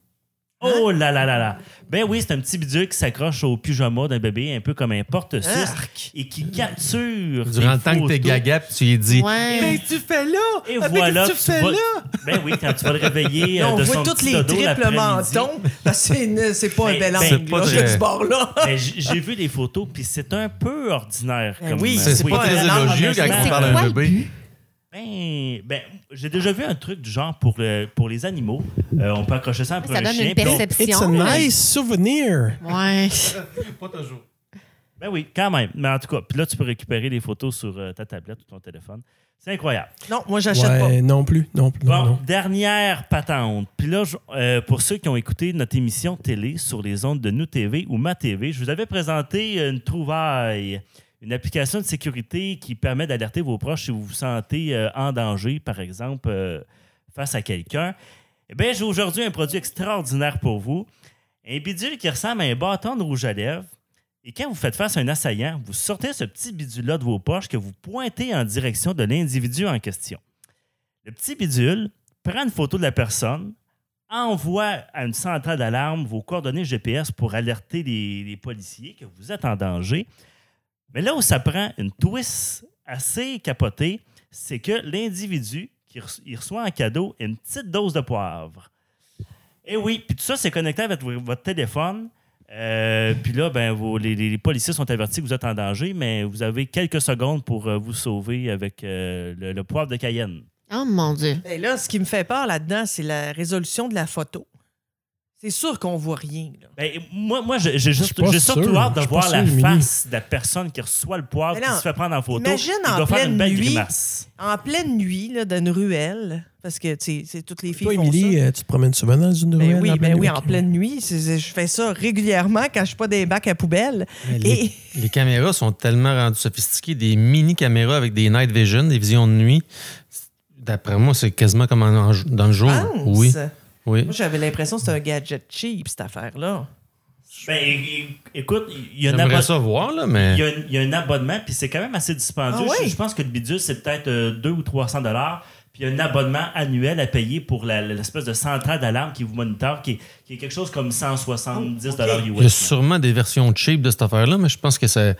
Speaker 4: Hein?
Speaker 2: Oh là là là là. Ben oui, c'est un petit bidule qui s'accroche au pyjama d'un bébé, un peu comme un porte-cistre, et qui capture. des
Speaker 4: Durant le temps que t'es
Speaker 2: photos.
Speaker 4: gaga, puis tu lui dis
Speaker 3: Ouais.
Speaker 4: tu fais là?
Speaker 2: Et
Speaker 4: Ah, mais
Speaker 2: voilà,
Speaker 4: qu'est-ce que tu fais
Speaker 2: vas-
Speaker 4: là?
Speaker 2: Ben oui, quand tu vas le réveiller euh,
Speaker 1: on
Speaker 2: de
Speaker 1: voit
Speaker 2: son
Speaker 1: toutes
Speaker 2: petit
Speaker 1: les
Speaker 2: dodo
Speaker 1: triples
Speaker 2: l'après-midi.
Speaker 1: mentons. Parce que c'est une- c'est pas un
Speaker 2: Ben,
Speaker 1: bel
Speaker 2: ben,
Speaker 1: angle,
Speaker 4: c'est
Speaker 1: là,
Speaker 4: pas
Speaker 1: de
Speaker 4: très-
Speaker 1: ce bord-là.
Speaker 2: Ben, j- j'ai vu des photos, puis c'est un peu ordinaire.
Speaker 1: Ben
Speaker 2: comme
Speaker 1: oui,
Speaker 2: euh,
Speaker 4: C'est c'est
Speaker 1: Oui,
Speaker 4: pas très
Speaker 1: non,
Speaker 4: élogieux
Speaker 2: mais
Speaker 4: quand
Speaker 2: c'est
Speaker 4: on parle à
Speaker 3: quoi
Speaker 4: un
Speaker 3: le
Speaker 4: bébé.
Speaker 2: Ben, ben, j'ai déjà vu un truc du genre pour, le- pour les animaux. Euh, on peut accrocher ça après
Speaker 3: Ça
Speaker 2: un
Speaker 3: donne
Speaker 2: chien.
Speaker 3: une
Speaker 2: puis on-
Speaker 5: It's a
Speaker 3: perception. là.
Speaker 5: nice souvenir.
Speaker 3: Ouais.
Speaker 4: Pas toujours.
Speaker 2: Ben oui, quand même. Mais en tout cas, puis là, tu peux récupérer les photos sur euh, ta tablette ou ton téléphone. C'est incroyable.
Speaker 1: Non, moi, j'achète
Speaker 5: Ouais, non plus, non plus.
Speaker 2: Bon,
Speaker 5: Non, non.
Speaker 2: dernière patente. Puis là, je- euh, pour ceux qui ont écouté notre émission télé sur les ondes de Nous TV ou Ma TV, je vous avais présenté une trouvaille, une application de sécurité qui permet d'alerter vos proches si vous vous sentez euh, en danger, par exemple, euh, face à quelqu'un. Eh bien, j'ai aujourd'hui un produit extraordinaire pour vous. Un bidule qui ressemble à un bâton de rouge à lèvres. Et quand vous faites face à un assaillant, vous sortez ce petit bidule-là de vos poches que vous pointez en direction de l'individu en question. Le petit bidule prend une photo de la personne, envoie à une centrale d'alarme vos coordonnées GPS pour alerter les, les policiers que vous êtes en danger. Mais là où ça prend une twist assez capotée, c'est que l'individu qui reç- il reçoit en cadeau une petite dose de poivre. Et oui, puis tout ça, c'est connecté avec vo- votre téléphone. Euh, puis là, ben, vos- les, les- les policiers sont avertis que vous êtes en danger, mais vous avez quelques secondes pour euh, vous sauver avec euh, le- le poivre de Cayenne.
Speaker 3: Oh mon Dieu.
Speaker 1: pas. Et Ben là, ce qui me fait peur là-dedans, c'est la résolution de la photo. C'est sûr qu'on voit rien. là.
Speaker 2: Ben, moi, moi j'ai j'ai juste-
Speaker 5: suis pas
Speaker 2: j'ai surtout
Speaker 5: sûr.
Speaker 2: hâte de
Speaker 5: Je suis
Speaker 2: voir
Speaker 5: pas
Speaker 2: la
Speaker 5: sûr, Émilie.
Speaker 2: face de la personne qui reçoit le poivre
Speaker 1: Mais
Speaker 2: qui
Speaker 1: non,
Speaker 2: se fait prendre en photo.
Speaker 1: imagine
Speaker 2: il
Speaker 1: en
Speaker 2: doit faire
Speaker 1: pleine
Speaker 2: une belle
Speaker 1: nuit.
Speaker 2: grimace.
Speaker 1: En pleine nuit, là, dans une ruelle, parce que tu sais, c'est toutes les filles
Speaker 5: Toi,
Speaker 1: font
Speaker 5: Émilie,
Speaker 1: ça.
Speaker 5: euh, tu te promènes souvent dans
Speaker 1: Ben
Speaker 5: une ruelle?
Speaker 1: oui,
Speaker 5: en
Speaker 1: ben
Speaker 5: pleine
Speaker 1: oui,
Speaker 5: nuit?
Speaker 1: en pleine nuit. C'est- c'est- Je fais ça régulièrement quand je suis pas des bacs à poubelle.
Speaker 4: Les,
Speaker 1: Et-
Speaker 4: les caméras sont tellement rendues sophistiquées, des mini-caméras avec des night vision, des visions de nuit. D'après moi, c'est quasiment comme en- en- dans
Speaker 2: Oh,
Speaker 4: le jour.
Speaker 1: Pense.
Speaker 4: Oui, oui.
Speaker 1: Moi, j'avais l'impression que c'était un gadget cheap, cette affaire-là.
Speaker 2: Ben, é- é- écoute, il y, a un
Speaker 4: J'aimerais
Speaker 2: abonne-
Speaker 4: ça voir, là, mais...
Speaker 2: il y a un- il y a un abonnement, puis c'est quand même assez dispendieux.
Speaker 1: Ah
Speaker 2: Je-
Speaker 1: oui?
Speaker 2: Je, pense que le bidule, c'est peut-être 2 ou 300 dollars. Puis il y a un abonnement annuel à payer pour la- l'espèce de centrale d'alarme qui vous moniteur, qui est, qui est quelque chose comme
Speaker 1: Oh,
Speaker 2: 170 dollars
Speaker 4: Il y a
Speaker 2: US.
Speaker 4: sûrement des versions cheap de cette affaire-là, mais je pense que ça,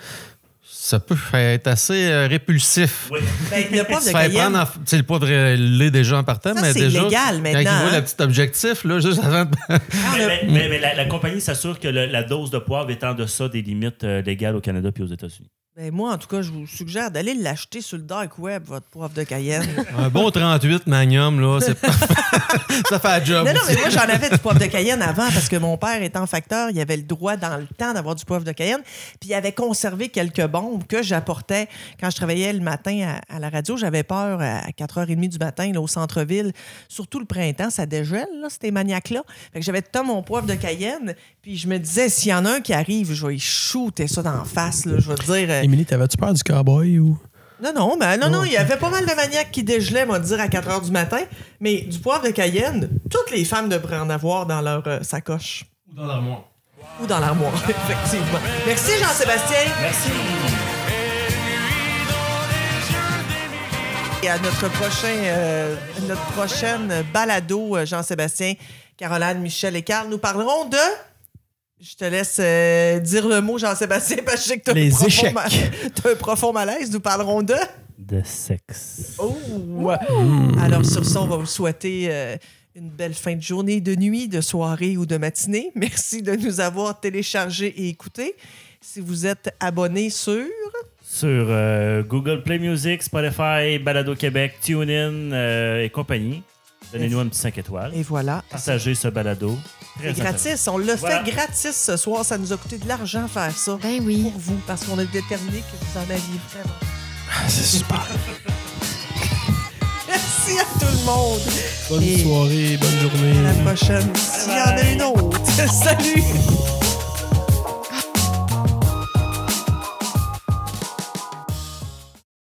Speaker 4: ça peut être assez euh, répulsif.
Speaker 2: Oui.
Speaker 1: Ben, le poivre
Speaker 4: Se
Speaker 1: de
Speaker 4: faire prendre
Speaker 1: Cayenne,
Speaker 4: en- tu sais, le poivre euh, l'est déjà en partant,
Speaker 1: Ça,
Speaker 4: mais
Speaker 1: c'est
Speaker 4: déjà.
Speaker 1: légal
Speaker 4: Quand
Speaker 1: maintenant,
Speaker 4: il voit
Speaker 1: hein.
Speaker 4: le petit objectif, là, juste avant. de-
Speaker 1: Ah,
Speaker 2: Mais, mais- mais- mais la, la compagnie s'assure que le- la dose de poivre est en deçà des limites euh, légales au Canada puis aux États-Unis.
Speaker 1: ben, moi, en tout cas, je vous suggère d'aller l'acheter sur le dark web, votre poivre de Cayenne.
Speaker 4: un bon 38 Magnum, là, c'est parfait. ça fait la job.
Speaker 1: Non, non, mais
Speaker 4: aussi.
Speaker 1: moi, j'en avais du poivre de Cayenne avant parce que mon père étant facteur, il avait le droit dans le temps d'avoir du poivre de Cayenne. Puis il avait conservé quelques bombes que j'apportais quand je travaillais le matin à, à la radio. J'avais peur à 4h30 du matin là, au centre-ville. Surtout le printemps, ça dégèle, là, ces maniaques-là. Fait que j'avais tout mon poivre de Cayenne. Puis je me disais, s'il y en a un qui arrive, je vais y shooter ça d'en face. là. Je vais te dire. euh,
Speaker 5: Émilie, t'avais-tu peur du cowboy ou.
Speaker 1: non, non, ben, non, non, il y avait pas mal de maniaques qui dégelaient, on va dire, à 4 h du matin. Mais du poivre de Cayenne, toutes les femmes devraient en avoir dans leur euh, sacoche. Ou dans l'armoire. Ou dans l'armoire, effectivement. Merci, Jean-Sébastien.
Speaker 2: Merci.
Speaker 1: Et à notre prochain, euh, notre prochaine balado, euh, Jean-Sébastien, Caroline, Michel et Carl, nous parlerons de. Je te laisse euh, dire le mot, Jean-Sébastien, parce que je sais que t'as
Speaker 5: Les
Speaker 1: un profond
Speaker 5: échecs.
Speaker 1: ma- t'as un profond malaise. Nous parlerons de.
Speaker 2: De sexe.
Speaker 1: Oh! Alors, sur ça, on va vous souhaiter euh, une belle fin de journée, de nuit, de soirée ou de matinée. Merci de nous avoir téléchargés et écoutés. Si vous êtes abonné sur.
Speaker 2: sur euh, Google Play Music, Spotify, Balado Québec, TuneIn euh, et compagnie. Donnez-nous un petit 5 étoiles.
Speaker 1: Et voilà.
Speaker 2: Partagez ce balado.
Speaker 1: C'est
Speaker 2: Très intéressant.
Speaker 1: gratis. On l'a
Speaker 2: Voilà.
Speaker 1: fait gratis ce soir. Ça nous a coûté de l'argent faire ça.
Speaker 3: Ben oui.
Speaker 1: Pour vous, parce qu'on a déterminé que vous en aviez vraiment. Ah,
Speaker 5: C'est super.
Speaker 1: Merci à tout le monde.
Speaker 5: Bonne
Speaker 1: Et-
Speaker 5: soirée, bonne journée.
Speaker 1: À la prochaine. S'il y en a une autre. Salut!